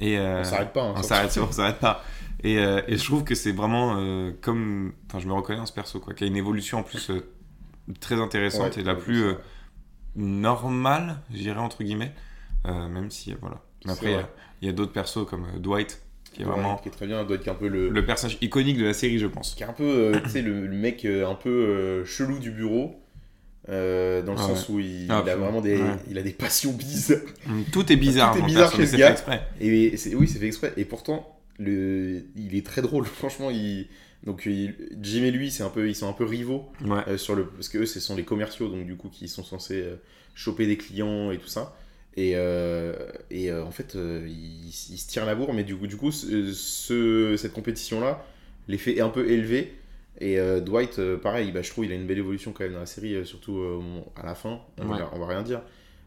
Speaker 3: Et, euh,
Speaker 4: On s'arrête pas. hein,
Speaker 3: on
Speaker 4: surtout. <laughs>
Speaker 3: s'arrête, on s'arrête pas. Et, euh, et je trouve que c'est vraiment euh, comme. Enfin, je me reconnais en ce perso, quoi. Qui a une évolution en plus euh, très intéressante
Speaker 4: Ouais,
Speaker 3: et la
Speaker 4: ouais,
Speaker 3: plus
Speaker 4: c'est
Speaker 3: euh,
Speaker 4: vrai.
Speaker 3: normale, je dirais, entre guillemets. Euh, même si, euh, voilà. Mais
Speaker 4: C'est
Speaker 3: après, il y a-
Speaker 4: vrai.
Speaker 3: il y a, d'autres persos comme euh, Dwight, qui est
Speaker 4: Ouais,
Speaker 3: vraiment
Speaker 4: Qui est très bien. Doit être un peu le.
Speaker 3: le personnage iconique de la série, je pense.
Speaker 4: Qui est un peu, euh, tu sais, le, le mec euh, un peu euh, chelou du bureau. euh, dans le
Speaker 3: Ah
Speaker 4: sens où il,
Speaker 3: Ah,
Speaker 4: il a
Speaker 3: absolument.
Speaker 4: vraiment des,
Speaker 3: Ouais.
Speaker 4: il a des passions bizarres.
Speaker 3: Hum, Tout est bizarre,
Speaker 4: Tout est
Speaker 3: dans le
Speaker 4: bizarre
Speaker 3: perso,
Speaker 4: chez
Speaker 3: mais
Speaker 4: ce
Speaker 3: c'est
Speaker 4: gars.
Speaker 3: fait exprès.
Speaker 4: Et c'est- oui, c'est fait exprès. Et pourtant, le, il est très drôle. <laughs> Franchement, il, donc il- Jim et lui, c'est un peu, ils sont un peu rivaux.
Speaker 3: Ouais.
Speaker 4: Euh, sur le parce que eux ce sont les commerciaux donc du coup qui sont censés euh, choper des clients et tout ça et, euh, et euh, en fait euh, ils, ils se tirent la bourre mais du coup du coup ce, ce- cette compétition là l'effet est un peu élevé et euh, Dwight euh, pareil bah, je trouve il a une belle évolution quand même dans la série euh, surtout euh, au moment- à la fin on,
Speaker 3: Ouais.
Speaker 4: va, on va rien dire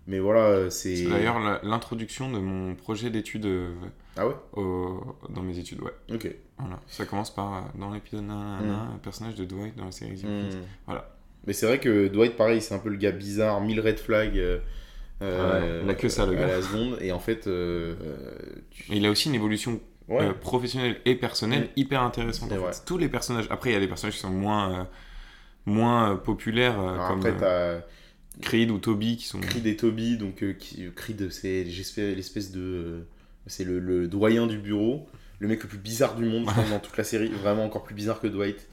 Speaker 4: mais voilà euh, c'est
Speaker 3: C'est d'ailleurs la- l'introduction de mon projet d'études euh,
Speaker 4: ah ouais
Speaker 3: au- dans mes études, ouais.
Speaker 4: ok
Speaker 3: Voilà. Ça commence par, euh, dans l'épisode, nanana,
Speaker 4: Mm.
Speaker 3: le personnage de Dwight dans la série. The Office.
Speaker 4: Hmm.
Speaker 3: Voilà.
Speaker 4: mais c'est vrai que Dwight pareil c'est un peu le gars bizarre mille red flags euh, euh,
Speaker 3: il a que ça, le
Speaker 4: à
Speaker 3: gars.
Speaker 4: la seconde et en fait euh, euh, tu-
Speaker 3: Et il a aussi une évolution
Speaker 4: Ouais.
Speaker 3: euh, professionnelle et personnelle
Speaker 4: Mm.
Speaker 3: hyper intéressante.
Speaker 4: C'est
Speaker 3: en fait.
Speaker 4: vrai.
Speaker 3: Tous les personnages. Après, il y a des personnages qui sont moins, euh, moins euh, populaires, euh,
Speaker 4: Alors
Speaker 3: comme
Speaker 4: après,
Speaker 3: euh,
Speaker 4: t'as
Speaker 3: Creed ou Toby, qui sont.
Speaker 4: Creed et Toby, donc euh, qui- Creed, c'est j'espère, l'espèce de. euh, c'est le, le doyen du bureau, le mec le plus bizarre du monde, je
Speaker 3: <laughs>
Speaker 4: pense, dans toute la série, vraiment encore plus bizarre que Dwight.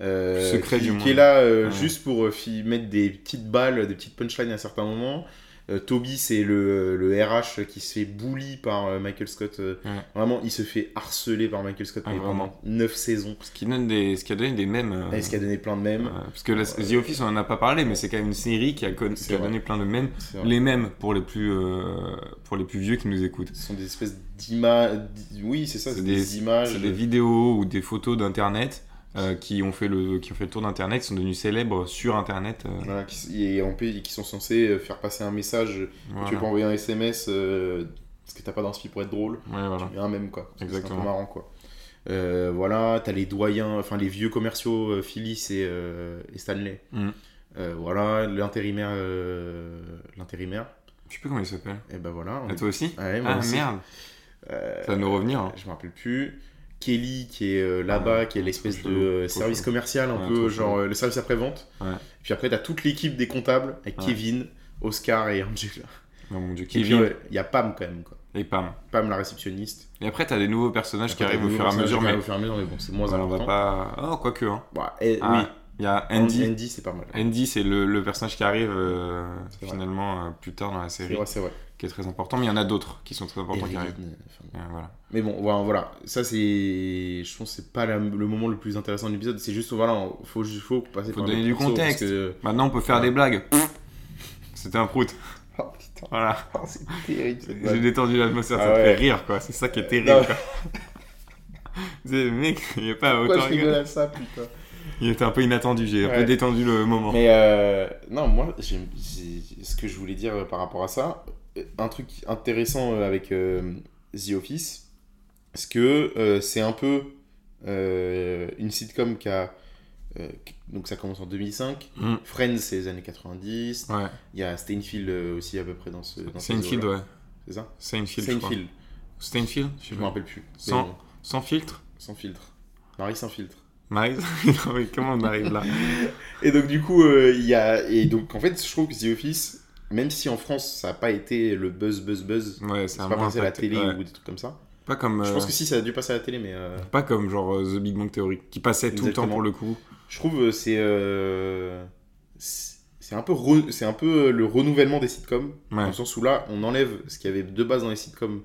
Speaker 4: Euh,
Speaker 3: Secret
Speaker 4: qui,
Speaker 3: du
Speaker 4: qui
Speaker 3: monde.
Speaker 4: est là euh,
Speaker 3: Ouais.
Speaker 4: juste pour euh, fi- mettre des petites balles, des petites punchlines à certains moments. Euh, Toby, c'est le, le RH qui se fait bully par euh, Michael Scott. euh,
Speaker 3: Ouais.
Speaker 4: Vraiment, il se fait harceler par Michael Scott
Speaker 3: Ah,
Speaker 4: mais
Speaker 3: vraiment.
Speaker 4: pendant 9 saisons.
Speaker 3: Ce qui, donne des... ce qui a donné des mêmes.
Speaker 4: Et ce qui a donné plein de mèmes.
Speaker 3: parce que la... The Office, on en a pas parlé, mais c'est quand même une série qui a, con- qui
Speaker 4: C'est
Speaker 3: a
Speaker 4: vrai.
Speaker 3: donné plein de mêmes.
Speaker 4: C'est vrai.
Speaker 3: Les mêmes pour les plus, euh, pour les plus vieux qui nous écoutent.
Speaker 4: Ce sont des espèces d'images. Oui, c'est ça,
Speaker 3: C'est
Speaker 4: c'est
Speaker 3: des-
Speaker 4: des, images.
Speaker 3: C'est des vidéos ou des photos d'internet. euh, qui, ont fait le, qui ont fait le tour d'internet, qui sont devenus célèbres sur internet. euh,
Speaker 4: Voilà, qui, et en plus, qui sont censés euh, faire passer un message.
Speaker 3: voilà.
Speaker 4: Tu peux envoyer un SMS euh, parce que t'as pas d'inspi pour être drôle.
Speaker 3: Ouais, voilà.
Speaker 4: Et un même quoi. Parce que C'est un
Speaker 3: Exactement.
Speaker 4: peu marrant quoi. Euh, voilà, t'as les doyens, enfin les vieux commerciaux, euh, Phyllis et, euh, et Stanley.
Speaker 3: Mm.
Speaker 4: Euh, voilà, l'intérimaire. euh, l'intérimaire.
Speaker 3: Je sais plus comment il s'appelle.
Speaker 4: Et ben voilà. on-
Speaker 3: Ah, toi aussi
Speaker 4: Ouais, moi
Speaker 3: Ah
Speaker 4: aussi.
Speaker 3: merde,
Speaker 4: Euh,
Speaker 3: ça va nous revenir. hein.
Speaker 4: je me rappelle plus. Kelly qui est euh, là-bas,
Speaker 3: Ouais,
Speaker 4: qui est l'espèce
Speaker 3: trop
Speaker 4: de
Speaker 3: chelou,
Speaker 4: euh,
Speaker 3: trop
Speaker 4: service
Speaker 3: chelou.
Speaker 4: commercial un
Speaker 3: Ouais, trop
Speaker 4: peu, genre
Speaker 3: chelou.
Speaker 4: euh, le service après-vente.
Speaker 3: Ouais.
Speaker 4: Puis après, t'as toute l'équipe des comptables avec
Speaker 3: Ouais.
Speaker 4: Kevin, Oscar et Angela.
Speaker 3: Oh mon dieu,
Speaker 4: Et puis,
Speaker 3: Kevin
Speaker 4: ouais, il y a Pam quand même, quoi.
Speaker 3: et Pam.
Speaker 4: Pam la réceptionniste.
Speaker 3: Et après, t'as des nouveaux personnages qui
Speaker 4: Après,
Speaker 3: arrivent Ah, au
Speaker 4: t'as
Speaker 3: fur et à
Speaker 4: Wilson,
Speaker 3: mesure,
Speaker 4: qui
Speaker 3: mais
Speaker 4: arrive au fur et à mesure, mais bon, c'est moins
Speaker 3: voilà, on va
Speaker 4: important.
Speaker 3: pas. Oh, quoique, hein.
Speaker 4: Bah, eh,
Speaker 3: Ah, Il y a
Speaker 4: oui,
Speaker 3: Andy.
Speaker 4: Andy,
Speaker 3: Ah,
Speaker 4: Andy, c'est pas mal.
Speaker 3: Andy, c'est le, le personnage qui arrive euh,
Speaker 4: C'est vrai.
Speaker 3: finalement euh, plus tard dans la
Speaker 4: C'est
Speaker 3: série,
Speaker 4: vrai, c'est vrai.
Speaker 3: qui est très important, mais il y en a d'autres qui sont très importants qui
Speaker 4: Et
Speaker 3: arrivent.
Speaker 4: Regan, euh, enfin,
Speaker 3: Euh, voilà.
Speaker 4: Mais bon, voilà, voilà. ça c'est. Je pense que c'est pas la- le moment le plus intéressant de l'épisode. C'est juste, voilà, faut, faut passer
Speaker 3: Faut
Speaker 4: par les
Speaker 3: donner du
Speaker 4: persos, parce
Speaker 3: contexte.
Speaker 4: que-
Speaker 3: Maintenant, on peut faire
Speaker 4: Ouais.
Speaker 3: des blagues. C'était un prout.
Speaker 4: Oh <laughs> putain,
Speaker 3: Voilà.
Speaker 4: oh, c'est terrible cette
Speaker 3: J'ai
Speaker 4: blague.
Speaker 3: détendu l'atmosphère, ça
Speaker 4: Ah
Speaker 3: te
Speaker 4: ouais.
Speaker 3: fait rire, quoi. C'est ça qui est
Speaker 4: non.
Speaker 3: terrible, quoi. <laughs> C'est- mec, il n'y a pas
Speaker 4: Pourquoi
Speaker 3: autant
Speaker 4: je rigole
Speaker 3: rigolé.
Speaker 4: à ça, putain
Speaker 3: Il était un peu inattendu, j'ai un peu
Speaker 4: Ouais.
Speaker 3: détendu le moment.
Speaker 4: Mais euh, non, moi, j'ai- j'ai- ce que je voulais dire par rapport à ça, euh, un truc intéressant euh, avec euh, The Office, c'est que euh, c'est un peu euh, une sitcom qui a. euh, qui- donc ça commence en 2005.
Speaker 3: Mm.
Speaker 4: Friends, c'est les années 90.
Speaker 3: Ouais,
Speaker 4: Il y a Steinfield euh, aussi à peu près dans ce. dans ces
Speaker 3: Seinfeld,
Speaker 4: eaux-là.
Speaker 3: ouais.
Speaker 4: C'est ça
Speaker 3: Seinfeld, je crois.
Speaker 4: Steinfield,
Speaker 3: Seinfeld Je
Speaker 4: je
Speaker 3: sais
Speaker 4: me
Speaker 3: pas.
Speaker 4: rappelle plus. Mais
Speaker 3: Sans-
Speaker 4: bon,
Speaker 3: Sans filtre
Speaker 4: sans filtre. Marie sans filtre.
Speaker 3: <laughs> Marie, oui, comment on arrive là
Speaker 4: Et donc du coup, euh, il y a et donc en fait, je trouve que The Office, même si en France ça n'a pas été le buzz buzz buzz,
Speaker 3: Ouais, c'est
Speaker 4: c'est
Speaker 3: un
Speaker 4: pas
Speaker 3: moins
Speaker 4: passé à la
Speaker 3: impacté,
Speaker 4: télé
Speaker 3: ouais.
Speaker 4: ou des trucs comme ça.
Speaker 3: Pas comme.
Speaker 4: Je
Speaker 3: euh,
Speaker 4: pense que si ça a dû passer à la télé, mais euh,
Speaker 3: Pas comme genre euh, The Big Bang Theory, qui passait tout le temps pour le coup.
Speaker 4: je trouve euh, c'est euh, c'est c'est un peu re- c'est un peu euh, le renouvellement des sitcoms dans
Speaker 3: Ouais,
Speaker 4: le sens où là on enlève ce qu'il y avait de base dans les sitcoms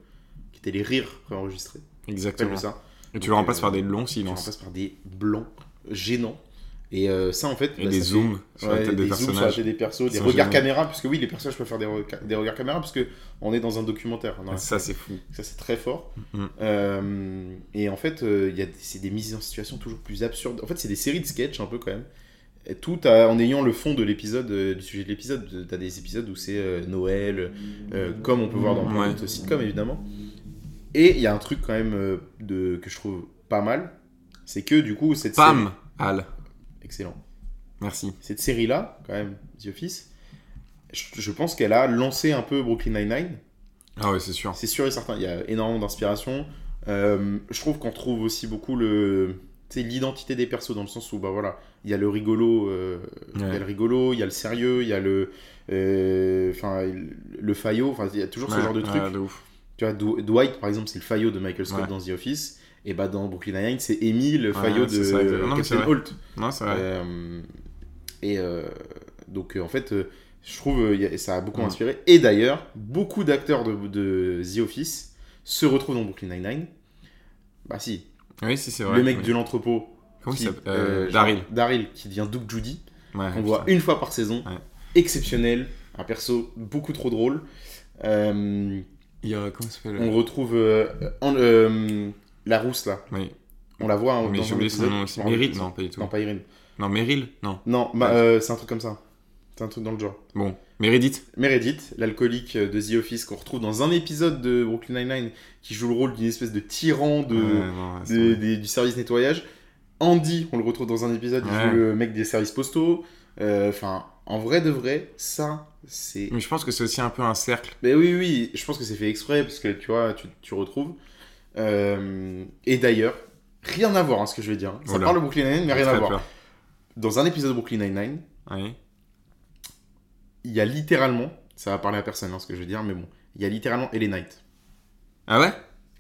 Speaker 4: qui étaient les rires préenregistrés.
Speaker 3: exactement.
Speaker 4: Appelle ça.
Speaker 3: Et tu
Speaker 4: Donc,
Speaker 3: le remplaces
Speaker 4: euh,
Speaker 3: par des longs
Speaker 4: Tu le
Speaker 3: silences
Speaker 4: remplaces par des blancs gênants. Et euh, ça en fait.
Speaker 3: et
Speaker 4: bah,
Speaker 3: des
Speaker 4: ça fait-
Speaker 3: zooms sur la
Speaker 4: Ouais,
Speaker 3: tête des
Speaker 4: des zooms sur la
Speaker 3: personnages.
Speaker 4: tête des persos, des
Speaker 3: sont
Speaker 4: regards
Speaker 3: gênants.
Speaker 4: caméra, puisque oui, les personnages peuvent faire des, rega- des regards caméra, parce que on est dans un documentaire. on a-
Speaker 3: Ça, c'est fou.
Speaker 4: ça, c'est très fort.
Speaker 3: Mhm.
Speaker 4: Euh, et en fait, euh, il y a des- c'est des mises en situation toujours plus absurdes. En fait, c'est des séries de sketchs, un peu quand même. Et tout à- en ayant le fond de l'épisode, euh, du sujet de l'épisode. T'as des épisodes où c'est euh, Noël, euh, comme on peut voir dans plein
Speaker 3: Ouais.
Speaker 4: d'autres sitcoms, évidemment. Et il y a un truc quand même euh, de, que je trouve pas mal, c'est que du coup, cette série-
Speaker 3: Pam, Al.
Speaker 4: Excellent
Speaker 3: Merci.
Speaker 4: cette série-là, quand même, The Office, je, je pense qu'elle a lancé un peu Brooklyn Nine-Nine.
Speaker 3: Ah ouais, c'est sûr.
Speaker 4: C'est sûr et certain, il y a énormément d'inspiration. Euh, je trouve qu'on trouve aussi beaucoup le tu sais, l'identité des persos dans le sens où bah voilà il y a le rigolo euh, il y a
Speaker 3: Ouais.
Speaker 4: le rigolo il y a le sérieux il y a le euh, enfin le faillot enfin il y a toujours ce
Speaker 3: Ouais,
Speaker 4: genre de
Speaker 3: ouais,
Speaker 4: truc
Speaker 3: de ouf.
Speaker 4: tu vois Dw- Dwight par exemple c'est le faillot de Michael Scott
Speaker 3: Ouais.
Speaker 4: dans The Office et bah dans Brooklyn Nine-Nine c'est Amy le
Speaker 3: Ouais,
Speaker 4: faillot
Speaker 3: c'est
Speaker 4: de
Speaker 3: ça, exactement. Non, mais c'est
Speaker 4: Captain
Speaker 3: vrai.
Speaker 4: Holt
Speaker 3: Non, c'est vrai.
Speaker 4: euh, et euh, donc, euh, en fait, euh, je trouve euh, y a- ça a beaucoup
Speaker 3: Mhm.
Speaker 4: inspiré. Et d'ailleurs, beaucoup d'acteurs de, de The Office se retrouvent dans Brooklyn Nine-Nine. Bah si,
Speaker 3: Oui, si, c'est vrai.
Speaker 4: le mec
Speaker 3: oui.
Speaker 4: de l'entrepôt,
Speaker 3: Comment il
Speaker 4: qui-
Speaker 3: s'appelle
Speaker 4: euh,
Speaker 3: Euh,
Speaker 4: genre,
Speaker 3: Daryl.
Speaker 4: Daryl, qui devient Doug Judy,
Speaker 3: Ouais,
Speaker 4: qu'on voit
Speaker 3: putain.
Speaker 4: une fois par saison,
Speaker 3: Ouais.
Speaker 4: exceptionnel, un perso beaucoup trop drôle. Euh,
Speaker 3: Il y a. Comment il s'appelle
Speaker 4: on retrouve euh, en- euh, la rousse là,
Speaker 3: Oui.
Speaker 4: on la voit. hein,
Speaker 3: Mais
Speaker 4: dans
Speaker 3: j'ai
Speaker 4: un
Speaker 3: oublié son
Speaker 4: épisode.
Speaker 3: nom aussi.
Speaker 4: Je me rappelle
Speaker 3: Meryl
Speaker 4: plus.
Speaker 3: Non, pas du tout.
Speaker 4: Non, pas Irine.
Speaker 3: Non, Meryl Non.
Speaker 4: Non, bah,
Speaker 3: Ouais.
Speaker 4: euh, c'est un truc comme ça. C'est un truc dans le genre.
Speaker 3: Bon. Meredith
Speaker 4: Meredith, l'alcoolique de The Office qu'on retrouve dans un épisode de Brooklyn Nine-Nine qui joue le rôle d'une espèce de tyran de,
Speaker 3: Ouais, non, ouais, c'est
Speaker 4: Euh, de-
Speaker 3: vrai.
Speaker 4: des- du service nettoyage. Andy, on le retrouve dans un épisode, il
Speaker 3: Ouais.
Speaker 4: joue le mec des services postaux. Euh, Enfin, en vrai de vrai, ça, c'est...
Speaker 3: Mais je pense que c'est aussi un peu un cercle.
Speaker 4: Mais oui, oui, je pense que c'est fait exprès parce que tu vois, tu, tu retrouves. Euh, et d'ailleurs, rien à voir hein, ce que je vais dire. hein. Ça
Speaker 3: Oula.
Speaker 4: parle de Brooklyn Nine-Nine, mais rien
Speaker 3: J'ai
Speaker 4: à
Speaker 3: très
Speaker 4: voir.
Speaker 3: peur.
Speaker 4: Dans un épisode de Brooklyn Nine-Nine,
Speaker 3: Oui.
Speaker 4: il y a littéralement, ça va parler à personne hein, ce que je veux dire, mais bon, il y a littéralement Ellie Knight.
Speaker 3: Ah ouais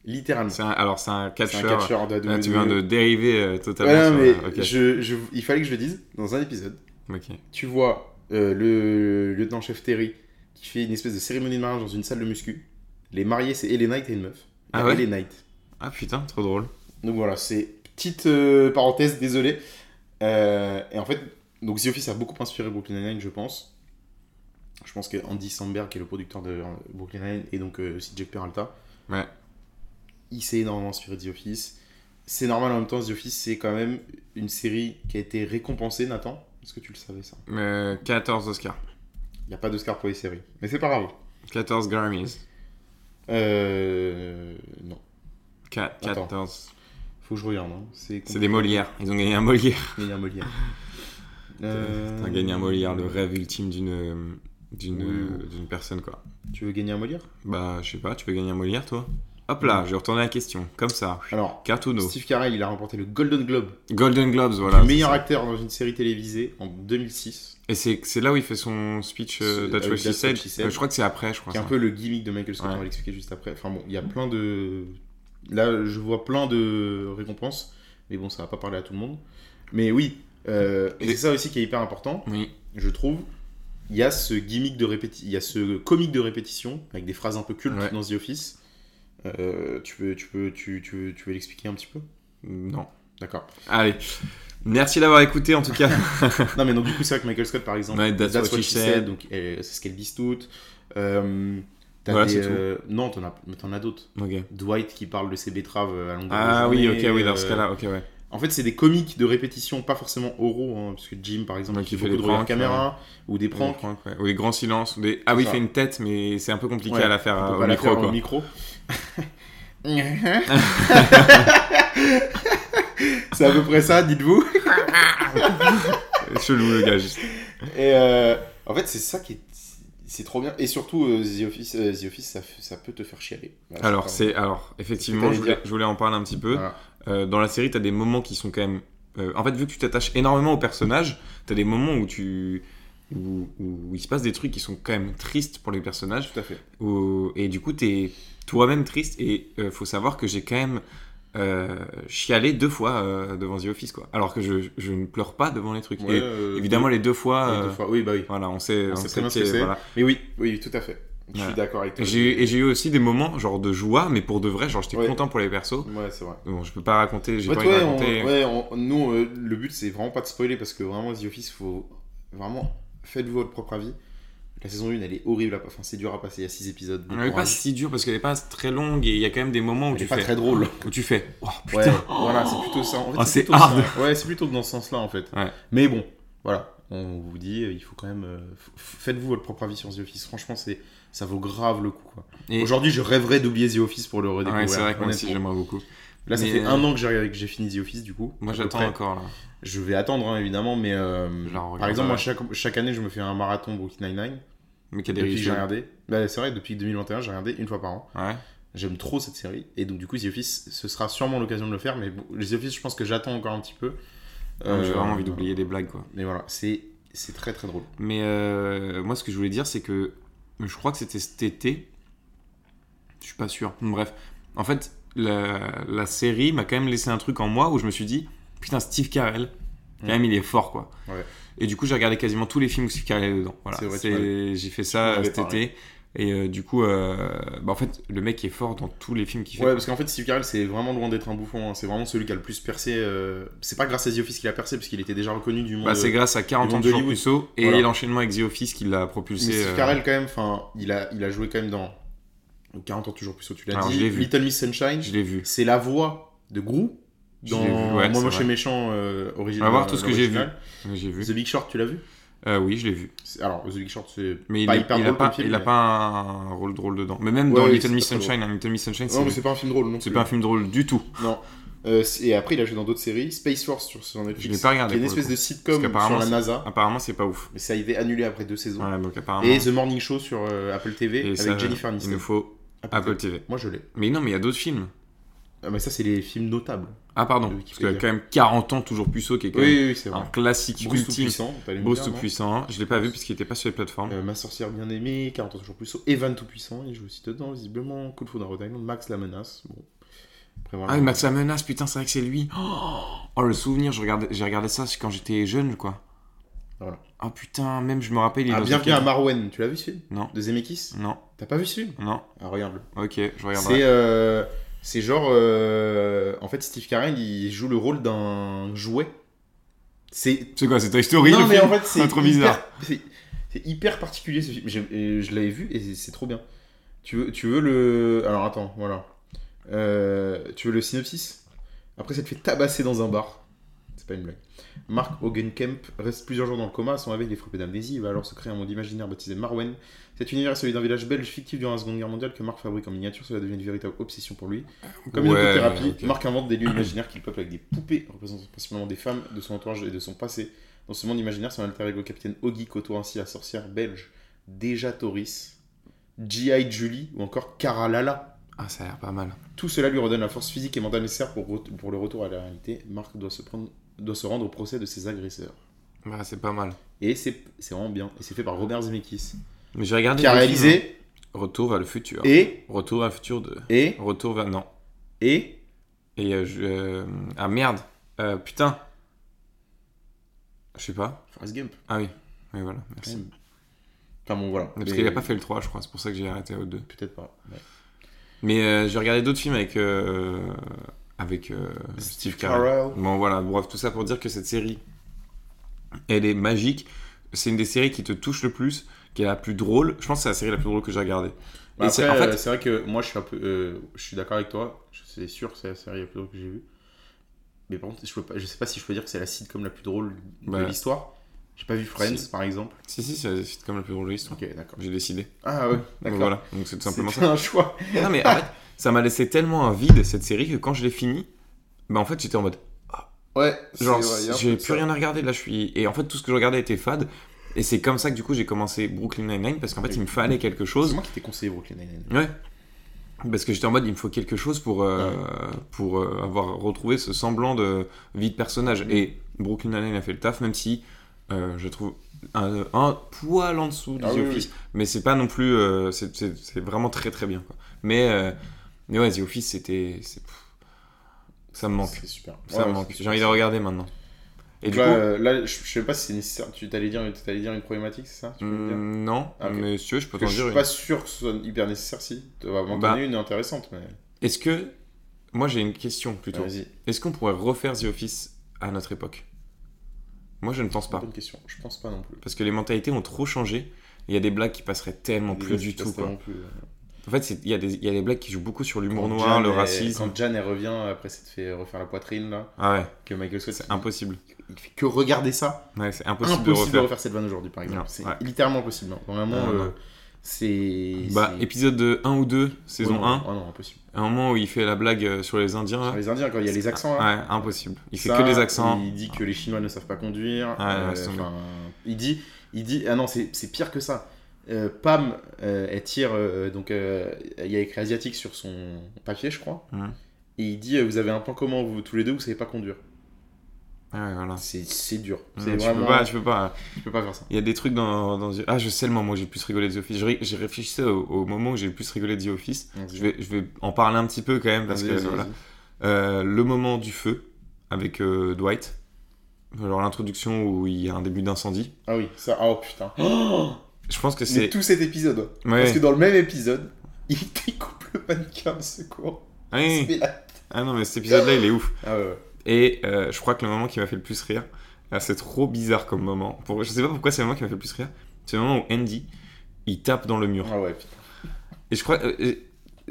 Speaker 4: Littéralement.
Speaker 3: C'est un- Alors, c'est un
Speaker 4: C'est un
Speaker 3: catcheur. euh,
Speaker 4: catcheur de la
Speaker 3: Là,
Speaker 4: WWE.
Speaker 3: tu viens de dériver euh, totalement.
Speaker 4: Ouais,
Speaker 3: sur-
Speaker 4: mais
Speaker 3: ok.
Speaker 4: je, je- il fallait que je le dise dans un épisode.
Speaker 3: Ok.
Speaker 4: Tu vois euh, le lieutenant-chef Terry qui fait une espèce de cérémonie de mariage dans une salle de muscu. Les mariés, c'est Ellie Knight et une meuf. Il y a
Speaker 3: Ah ouais
Speaker 4: Ellie Knight.
Speaker 3: Ah putain, trop drôle.
Speaker 4: Donc voilà, c'est petite euh, parenthèse, désolé. Euh, et en fait, donc The Office a beaucoup inspiré Brooklyn Nine-Nine, je pense. Je pense que Andy Samberg, qui est le producteur de euh, Brooklyn Nine-Nine, et donc euh, aussi Jack Peralta,
Speaker 3: Ouais.
Speaker 4: il s'est énormément inspiré de The Office. C'est normal en même temps, The Office, c'est quand même une série qui a été récompensée, Nathan. Est-ce que tu le savais ça
Speaker 3: Euh, 14 Oscars.
Speaker 4: Il n'y a pas d'Oscar pour les séries. Mais c'est pas grave.
Speaker 3: 14 Grammys.
Speaker 4: Euh. Non.
Speaker 3: Qua-
Speaker 4: Attends.
Speaker 3: 14.
Speaker 4: Faut que je regarde. hein. C'est
Speaker 3: C'est des Molières. Ils ont gagné un Molière.
Speaker 4: compliqué, mais il y a un Molière.
Speaker 3: <laughs> T'as
Speaker 4: Euh,
Speaker 3: gagné un Molière, le rêve ultime d'une d'une
Speaker 4: Oui.
Speaker 3: d'une personne quoi.
Speaker 4: Tu veux gagner un Molière
Speaker 3: Bah, je sais pas, tu peux gagner un Molière toi Hop là, je retourne à la question, comme ça.
Speaker 4: Alors,
Speaker 3: Cartuno.
Speaker 4: Steve Carell, il a remporté le Golden Globe
Speaker 3: Golden Globes, voilà.
Speaker 4: du meilleur acteur dans une série télévisée en 2006,
Speaker 3: Et c'est c'est là où il fait son speech euh,
Speaker 4: C'est-
Speaker 3: That's
Speaker 4: avec
Speaker 3: What She
Speaker 4: That's What
Speaker 3: Said.
Speaker 4: She Said.
Speaker 3: Euh, je crois que c'est après, je crois.
Speaker 4: qui est un
Speaker 3: ça.
Speaker 4: peu le gimmick de Michael Scott,
Speaker 3: Ouais. Mm.
Speaker 4: on va l'expliquer juste après. Enfin bon, il y a plein de... Là, je vois plein de récompenses, mais bon, ça va pas parler à tout le monde. Mais oui, euh, et
Speaker 3: Et-
Speaker 4: c'est ça aussi qui est hyper important,
Speaker 3: Oui,
Speaker 4: je trouve. Il y a ce gimmick de répétition, il y a ce comique de répétition, avec des phrases un peu cultes
Speaker 3: Ouais.
Speaker 4: dans The Office. Euh, tu peux, tu peux, tu, tu veux, tu veux l'expliquer un petit peu
Speaker 3: non.
Speaker 4: D'accord.
Speaker 3: Allez, merci d'avoir écouté en tout
Speaker 4: <laughs>
Speaker 3: cas.
Speaker 4: Non, mais donc du coup, c'est vrai que Michael Scott, par exemple,
Speaker 3: Ouais, That's What She Said.
Speaker 4: donc euh, c'est ce qu'elles disent toutes. Euh, t'as
Speaker 3: Voilà,
Speaker 4: des,
Speaker 3: c'est tout.
Speaker 4: euh, non, t'en as, mais t'en as d'autres.
Speaker 3: Ok.
Speaker 4: Dwight qui parle de ses betteraves euh, à longueur de
Speaker 3: Ah oui, ok,
Speaker 4: journée,
Speaker 3: oui, dans ce
Speaker 4: euh,
Speaker 3: cas-là, ok, ouais.
Speaker 4: En fait, c'est des comiques de répétition, pas forcément oraux, hein, parce que Jim, par exemple,
Speaker 3: Ouais,
Speaker 4: qui
Speaker 3: qui
Speaker 4: fait
Speaker 3: fait
Speaker 4: beaucoup
Speaker 3: des
Speaker 4: de regards
Speaker 3: pranks,
Speaker 4: caméra ou des pranks.
Speaker 3: Des pranks, ouais. Ou des grands silences. ou des... Ah oui, il
Speaker 4: ça.
Speaker 3: fait une tête, mais c'est un peu compliqué
Speaker 4: Ouais,
Speaker 3: à la faire
Speaker 4: On peut
Speaker 3: euh, au
Speaker 4: pas la
Speaker 3: micro,
Speaker 4: faire
Speaker 3: quoi. <laughs>
Speaker 4: au micro. c'est à peu près ça, dites-vous.
Speaker 3: <laughs> Chelou, le gars,
Speaker 4: Ah,
Speaker 3: juste.
Speaker 4: Et euh, en fait, c'est ça qui est. C'est trop bien. Et surtout, euh, The Office, euh, The Office ça, f- ça peut te faire chialer. Voilà,
Speaker 3: Alors,
Speaker 4: pas-
Speaker 3: c'est, alors, effectivement, je
Speaker 4: C'est ce que
Speaker 3: voulais,
Speaker 4: t'allais
Speaker 3: je voulais en parler un petit peu.
Speaker 4: Voilà.
Speaker 3: Euh, dans la série, t'as des moments qui sont quand même. euh, en fait, vu que tu t'attaches énormément au personnage, t'as des moments où tu. Où, où il se passe des trucs qui sont quand même tristes pour les personnages.
Speaker 4: Tout à fait.
Speaker 3: où- et du coup, t'es toi-même triste. Et euh, faut savoir que j'ai quand même euh, chialé deux fois euh, devant The Office, quoi. Alors que je, je ne pleure pas devant les trucs.
Speaker 4: Ouais,
Speaker 3: Et
Speaker 4: euh,
Speaker 3: évidemment, les deux fois.
Speaker 4: oui, deux
Speaker 3: euh,
Speaker 4: fois. Oui, bah oui.
Speaker 3: Voilà, on sait.
Speaker 4: On sait très bien ce
Speaker 3: qu'est-
Speaker 4: que c'est.
Speaker 3: voilà.
Speaker 4: Mais oui, oui, tout à fait. Je
Speaker 3: Ouais.
Speaker 4: suis d'accord avec toi.
Speaker 3: Et j'ai eu, et j'ai eu aussi des moments genre de joie, mais pour de vrai, genre j'étais
Speaker 4: Ouais.
Speaker 3: content pour les persos.
Speaker 4: Ouais, c'est vrai.
Speaker 3: Bon, je peux pas raconter, j'ai
Speaker 4: Ouais,
Speaker 3: pas envie de
Speaker 4: ouais, on-
Speaker 3: raconter.
Speaker 4: ouais, on- nous, euh, le but, c'est vraiment pas de spoiler parce que vraiment, The Office, faut vraiment faites-vous votre propre avis. La saison 1, elle est horrible à passer. Enfin, c'est dur à passer. Il y a 6 épisodes. bon
Speaker 3: Elle n'est pas
Speaker 4: courage.
Speaker 3: si dure parce qu'elle n'est pas très longue et il y a quand même des moments où
Speaker 4: Elle
Speaker 3: tu
Speaker 4: est pas
Speaker 3: fais.
Speaker 4: très drôle.
Speaker 3: Où tu fais. Oh
Speaker 4: Ouais,
Speaker 3: putain.
Speaker 4: voilà, c'est plutôt ça. En fait,
Speaker 3: Oh, c'est
Speaker 4: plutôt
Speaker 3: hard.
Speaker 4: ça. Ouais, c'est plutôt dans ce sens-là, en fait.
Speaker 3: Ouais.
Speaker 4: Mais bon, voilà. On vous dit, euh, il faut quand même. euh, f- Faites-vous votre propre avis sur The Office. Franchement, c'est ça vaut grave le coup. quoi.
Speaker 3: Et-
Speaker 4: Aujourd'hui, je rêverais d'oublier The Office pour le
Speaker 3: Ah
Speaker 4: redécouvrir.
Speaker 3: ouais, c'est vrai que moi aussi
Speaker 4: honnêtement.
Speaker 3: j'aimerais beaucoup.
Speaker 4: Là, ça
Speaker 3: Mais,
Speaker 4: fait
Speaker 3: euh,
Speaker 4: un an que j'ai que j'ai fini The Office, du coup.
Speaker 3: Moi
Speaker 4: à peu
Speaker 3: j'attends
Speaker 4: près.
Speaker 3: encore là.
Speaker 4: Je vais attendre, hein, évidemment, mais euh,
Speaker 3: Je la regarde,
Speaker 4: par exemple, moi,
Speaker 3: ouais.
Speaker 4: chaque, chaque année, je me fais un marathon Brooklyn Nine-Nine.
Speaker 3: Mais qu'il y a des
Speaker 4: Depuis que j'ai
Speaker 3: riches.
Speaker 4: regardé. Bah, c'est vrai, depuis 2021, j'ai regardé une fois par an.
Speaker 3: Ouais.
Speaker 4: J'aime trop cette série. Et donc, du coup, The Office, ce sera sûrement l'occasion de le faire. Mais bon, The Office, je pense que j'attends encore un petit peu.
Speaker 3: Donc, Ah J'ai
Speaker 4: Euh,
Speaker 3: vraiment envie d'oublier des blagues quoi.
Speaker 4: Mais voilà, c'est c'est très très drôle.
Speaker 3: Mais euh, moi ce que je voulais dire c'est que je crois que c'était cet été. Je suis pas sûr. Bref. En fait, la, la série m'a quand même laissé un truc en moi où je me suis dit putain, Steve Carell, quand
Speaker 4: Mm.
Speaker 3: même il est fort quoi.
Speaker 4: Ouais.
Speaker 3: Et du coup, j'ai regardé quasiment tous les films où Steve Carell est dedans. Voilà.
Speaker 4: C'est vrai, tu
Speaker 3: C'est- J'ai fait
Speaker 4: Tu
Speaker 3: ça
Speaker 4: m'avais
Speaker 3: cet
Speaker 4: parlé.
Speaker 3: été. Et euh, du coup, euh, bah, en fait, le mec est fort dans tous les films qu'il fait.
Speaker 4: Ouais, parce qu'en fait, Steve Carell, c'est vraiment loin d'être un bouffon. hein. C'est vraiment celui qui a le plus percé. euh, C'est pas grâce à The Office qu'il a percé, parce qu'il était déjà reconnu du monde. euh,
Speaker 3: Bah, c'est grâce à 40
Speaker 4: du
Speaker 3: ans
Speaker 4: monde
Speaker 3: de Jean
Speaker 4: d'Hollywood.
Speaker 3: Rousseau et
Speaker 4: Voilà.
Speaker 3: l'enchaînement avec The Office qui l'a
Speaker 4: Mais
Speaker 3: propulsé.
Speaker 4: Steve
Speaker 3: euh,
Speaker 4: Carell, quand même, enfin, il a, il a joué quand même dans 40 ans toujours plus haut, tu l'as
Speaker 3: Alors,
Speaker 4: dit.
Speaker 3: je l'ai vu.
Speaker 4: Little Miss Sunshine.
Speaker 3: je l'ai vu.
Speaker 4: c'est la voix de Gru
Speaker 3: Je
Speaker 4: dans
Speaker 3: l'ai vu, ouais,
Speaker 4: Moi
Speaker 3: c'est
Speaker 4: Moche et
Speaker 3: vrai.
Speaker 4: Méchant euh, origi-
Speaker 3: À voir
Speaker 4: euh,
Speaker 3: tout ce que j'ai vu.
Speaker 4: l'original.
Speaker 3: J'ai vu.
Speaker 4: The Big Short, tu l'as vu
Speaker 3: Euh, oui, je l'ai vu.
Speaker 4: C'est- Alors, The Big Short, c'est
Speaker 3: Mais il,
Speaker 4: pas
Speaker 3: est-
Speaker 4: hyper
Speaker 3: il a
Speaker 4: Bah, drôle
Speaker 3: pas,
Speaker 4: comme film.
Speaker 3: il a
Speaker 4: mais-
Speaker 3: pas un, un rôle drôle dedans. Mais même
Speaker 4: Ouais,
Speaker 3: dans
Speaker 4: ouais,
Speaker 3: Little
Speaker 4: c'est
Speaker 3: Miss
Speaker 4: pas très
Speaker 3: Sunshine, hein, Little Miss Sunshine,
Speaker 4: Non, mais
Speaker 3: c'est
Speaker 4: c'est pas un film drôle non
Speaker 3: c'est
Speaker 4: plus.
Speaker 3: pas un film drôle du tout.
Speaker 4: Non. Euh, c'est- et après, il a joué dans d'autres séries. Space Force sur, sur Netflix.
Speaker 3: Je l'ai pas regardé,
Speaker 4: Qui est une
Speaker 3: pour le
Speaker 4: espèce
Speaker 3: coup.
Speaker 4: de sitcom
Speaker 3: Parce
Speaker 4: sur
Speaker 3: qu'apparemment,
Speaker 4: la
Speaker 3: c'est-
Speaker 4: NASA.
Speaker 3: Apparemment, c'est pas ouf.
Speaker 4: Mais ça a été annulé après deux saisons.
Speaker 3: Voilà, donc apparemment.
Speaker 4: Et The Morning Show sur euh, Apple TV
Speaker 3: et
Speaker 4: avec
Speaker 3: ça,
Speaker 4: Jennifer
Speaker 3: Il
Speaker 4: Aniston.
Speaker 3: nous faut Apple TV.
Speaker 4: Moi, je l'ai.
Speaker 3: Mais non, mais il y a d'autres films.
Speaker 4: Ah, mais ça, c'est les films notables.
Speaker 3: Ah, pardon.
Speaker 4: De
Speaker 3: Parce qu'il y a
Speaker 4: Wikipédia.
Speaker 3: quand même 40 ans, toujours puceau, qui est quand
Speaker 4: Oui,
Speaker 3: même
Speaker 4: oui, oui, c'est
Speaker 3: un
Speaker 4: vrai.
Speaker 3: classique
Speaker 4: Hein. Bruce tout
Speaker 3: ultime.
Speaker 4: puissant.
Speaker 3: Bruce tout puissant. Je l'ai pas vu puisqu'il était pas sur les plateformes.
Speaker 4: Euh, Ma sorcière bien aimée, 40 ans toujours plus haut, Evan tout puissant, il joue aussi dedans, visiblement, Cool Food en Rhode Island, Max la menace. Bon. Après, voilà.
Speaker 3: Ah, mais Max la menace, putain, c'est vrai que c'est lui. Oh, oh, le souvenir, je regardais- j'ai regardé ça quand j'étais jeune, quoi.
Speaker 4: Voilà.
Speaker 3: Ah putain, même je me rappelle. il est
Speaker 4: Ah,
Speaker 3: dans
Speaker 4: bienvenue
Speaker 3: un-
Speaker 4: à Marwen, tu l'as vu ce film
Speaker 3: Non.
Speaker 4: De Zemeckis
Speaker 3: Non,
Speaker 4: T'as pas vu ce film
Speaker 3: non.
Speaker 4: Ah, regarde-le.
Speaker 3: Ok, je regarderai.
Speaker 4: C'est euh, c'est genre. euh, En fait, Steve Carell, il joue le rôle d'un jouet. C'est.
Speaker 3: C'est quoi, c'est Toy Story
Speaker 4: euh, non,
Speaker 3: le
Speaker 4: mais
Speaker 3: film Ah,
Speaker 4: en fait, c'est.
Speaker 3: trop
Speaker 4: hyper-
Speaker 3: bizarre.
Speaker 4: c'est- C'est hyper particulier ce film. J'ai- et Je l'avais vu et c'est- c'est trop bien. Tu veux, tu veux le. Alors attends, voilà. Euh, tu veux le synopsis Après, ça te fait tabasser dans un bar. C'est pas une blague. Mark Hogenkamp reste plusieurs jours dans le coma. À son réveil, il est frappé d'amnésie. Il va alors se créer un monde imaginaire baptisé Marwen. Cet univers est celui d'un village belge fictif durant la Seconde Guerre mondiale que Mark fabrique en miniature. Cela devient une véritable obsession pour lui. Comme une
Speaker 3: Ouais,
Speaker 4: autothérapie,
Speaker 3: ok.
Speaker 4: Marc invente des lieux imaginaires qu'il peuple avec des poupées représentant principalement des femmes de son entourage et de son passé. Dans ce monde imaginaire, son alter ego capitaine Oggy côtoie ainsi la sorcière belge Déjà Tauris, G.I. Julie ou encore Cara Lala.
Speaker 3: Ah, ça a l'air pas mal.
Speaker 4: Tout cela lui redonne la force physique et mentale nécessaire pour, re- pour le retour à la réalité. Marc doit se, prendre, doit se rendre au procès de ses agresseurs.
Speaker 3: Bah, c'est pas mal.
Speaker 4: Et c'est c'est vraiment bien. Et c'est fait par Robert Zemeckis,
Speaker 3: Ah, Mais hein. j'ai regardé.
Speaker 4: qui a
Speaker 3: le film, hein.
Speaker 4: réalisé
Speaker 3: Retour vers le futur.
Speaker 4: et,
Speaker 3: Retour vers le futur 2.
Speaker 4: et,
Speaker 3: Retour vers. Non.
Speaker 4: et,
Speaker 3: Et euh, je. euh, Ah merde. Euh, putain. Je sais pas.
Speaker 4: Forrest Gump.
Speaker 3: Ah oui. Oui, voilà. Merci.
Speaker 4: Enfin bon, voilà.
Speaker 3: Parce
Speaker 4: Mais
Speaker 3: qu'il a pas fait le 3, je crois. C'est pour ça que j'ai arrêté au 2.
Speaker 4: Peut-être pas. Ouais.
Speaker 3: Mais euh, j'ai regardé d'autres films avec. euh, Avec euh, Steve Carell.
Speaker 4: Carell.
Speaker 3: Bon voilà, bref, tout ça pour dire que cette série, elle est magique. C'est une des séries qui te touche le plus, qui est la plus drôle. Je pense que c'est la série la plus drôle que j'ai regardée.
Speaker 4: Bah
Speaker 3: Et
Speaker 4: après,
Speaker 3: c'est- en fait-
Speaker 4: euh, c'est vrai que moi, je suis un peu, euh, je suis d'accord avec toi. Je- C'est sûr, c'est la série la plus drôle que j'ai vue. Mais par contre, je, peux pas, je sais pas si je peux dire que c'est la sitcom la plus drôle de
Speaker 3: Bah.
Speaker 4: l'histoire. J'ai pas vu Friends,
Speaker 3: Si.
Speaker 4: par exemple.
Speaker 3: Si, si, c'est la sitcom la plus drôle de l'histoire.
Speaker 4: Ok, d'accord.
Speaker 3: J'ai décidé.
Speaker 4: Ah ouais, d'accord.
Speaker 3: Voilà, donc c'est tout simplement
Speaker 4: C'est
Speaker 3: ça.
Speaker 4: <laughs> un choix.
Speaker 3: Non mais en fait, ça m'a laissé tellement un vide cette série que quand je l'ai fini, bah en fait j'étais en mode
Speaker 4: Ouais,
Speaker 3: genre
Speaker 4: c'est vrai, il y a un peu
Speaker 3: j'ai
Speaker 4: de
Speaker 3: plus
Speaker 4: ça.
Speaker 3: rien à regarder là je suis et en fait tout ce que je regardais était fade et c'est comme ça que du coup j'ai commencé Brooklyn Nine-Nine parce qu'en fait il me fallait quelque
Speaker 4: C'est
Speaker 3: chose.
Speaker 4: moi qui t'ai conseillé Brooklyn Nine-Nine.
Speaker 3: Ouais. Parce que j'étais en mode, il me faut quelque chose pour, euh, pour euh, avoir retrouvé ce semblant de vie de personnage.
Speaker 4: Mm.
Speaker 3: Et Brooklyn Nine-Nine a fait le taf, même si euh, je trouve un, un poil en dessous du
Speaker 4: Ah
Speaker 3: The
Speaker 4: oui,
Speaker 3: Office. Mais c'est pas non plus. euh, c'est- c'est c'est vraiment très très bien. Quoi. Mais, euh, mais ouais, The Office, c'était. c'est- pff, Ça me manque.
Speaker 4: C'est super.
Speaker 3: Ça me manque. J'ai envie de le regarder maintenant. Et
Speaker 4: Et
Speaker 3: du
Speaker 4: là,
Speaker 3: coup.
Speaker 4: euh, là, je je sais pas si c'est nécessaire. Tu t'allais dire, t'allais dire une problématique, c'est ça tu peux me dire
Speaker 3: hum, non,
Speaker 4: Ah, ok.
Speaker 3: mais si tu veux, je peux
Speaker 4: Parce que
Speaker 3: t'en dire
Speaker 4: je suis
Speaker 3: une.
Speaker 4: pas sûr que ce soit hyper nécessaire si. Tu vas m'en
Speaker 3: Bah.
Speaker 4: donner une intéressante, mais
Speaker 3: Est-ce que. Moi, j'ai une question plutôt.
Speaker 4: vas-y.
Speaker 3: Est-ce qu'on pourrait refaire The Office à notre époque Moi, je ne pense pas.
Speaker 4: Bonne question. Je pense pas non plus.
Speaker 3: Parce que les mentalités ont trop changé. Il y a des blagues qui passeraient tellement
Speaker 4: Déjà,
Speaker 3: plus
Speaker 4: tu
Speaker 3: du
Speaker 4: passes
Speaker 3: tout. quoi.
Speaker 4: tellement plus, euh,
Speaker 3: En fait, c'est- il y, a des- il y a des blagues qui jouent beaucoup sur l'humour
Speaker 4: Quand
Speaker 3: noir,
Speaker 4: Jan,
Speaker 3: le
Speaker 4: elle-
Speaker 3: racisme.
Speaker 4: Quand Jan elle revient après s'être fait refaire la poitrine là,
Speaker 3: Ah ouais,
Speaker 4: que Michael Scott
Speaker 3: c'est impossible.
Speaker 4: il fait que regarder ça.
Speaker 3: Ouais, c'est impossible,
Speaker 4: Impossible,
Speaker 3: de
Speaker 4: de
Speaker 3: refaire.
Speaker 4: refaire cette vanne aujourd'hui par exemple.
Speaker 3: Non,
Speaker 4: c'est
Speaker 3: ouais.
Speaker 4: littéralement impossible. non. Vraiment,
Speaker 3: Non, non.
Speaker 4: euh, c'est.
Speaker 3: Bah,
Speaker 4: c'est-
Speaker 3: épisode de 1 ou 2, saison
Speaker 4: Oh non,
Speaker 3: 1,
Speaker 4: oh non, impossible.
Speaker 3: à un moment où il fait la blague euh, sur les Indiens. là.
Speaker 4: Sur les Indiens, quand il y a les accents là.
Speaker 3: Ouais, impossible. Il fait
Speaker 4: Ça,
Speaker 3: que des accents.
Speaker 4: Il dit que les Chinois ne savent pas conduire.
Speaker 3: Ah,
Speaker 4: euh,
Speaker 3: laisse tomber.
Speaker 4: enfin, il dit, il dit, ah non, c'est c'est pire que ça. Euh, Pam, euh, elle tire, euh, donc euh, il y a écrit asiatique sur son papier, je crois.
Speaker 3: Mhm.
Speaker 4: Et il dit, euh, vous avez un point commun, vous tous les deux, vous savez pas conduire.
Speaker 3: Ah Ouais, voilà.
Speaker 4: C'est c'est dur.
Speaker 3: Ouais,
Speaker 4: C'est
Speaker 3: tu,
Speaker 4: vraiment,
Speaker 3: peux pas, tu peux pas.
Speaker 4: tu peux pas faire ça.
Speaker 3: Il y a des trucs dans, dans The- Ah, je sais le moment où j'ai le plus rigolé de The Office. Je ré- J'ai réfléchi au, au moment où j'ai le plus rigolé de The Office. Je vais, je vais en parler un petit peu quand même parce que
Speaker 4: Vas-y, vas-y,
Speaker 3: voilà.
Speaker 4: vas-y.
Speaker 3: Euh, le moment du feu avec euh, Dwight. Alors l'introduction où il y a un début d'incendie.
Speaker 4: Ah oui, ça. Oh putain. Oh
Speaker 3: Je pense que
Speaker 4: Mais
Speaker 3: c'est.
Speaker 4: tout cet épisode.
Speaker 3: Ouais.
Speaker 4: Parce que dans le même épisode, <laughs> il découpe le mannequin de secours.
Speaker 3: Ah, oui, oui.
Speaker 4: C'est la-
Speaker 3: Ah non mais cet épisode-là il est ouf.
Speaker 4: Ah ouais, ouais.
Speaker 3: Et euh, je crois que le moment qui m'a fait le plus rire, ah, c'est trop bizarre comme moment. Pour... Je sais pas pourquoi c'est le moment qui m'a fait le plus rire. C'est le moment où Andy il tape dans le mur.
Speaker 4: Ah ouais, putain.
Speaker 3: Et je crois. euh, euh,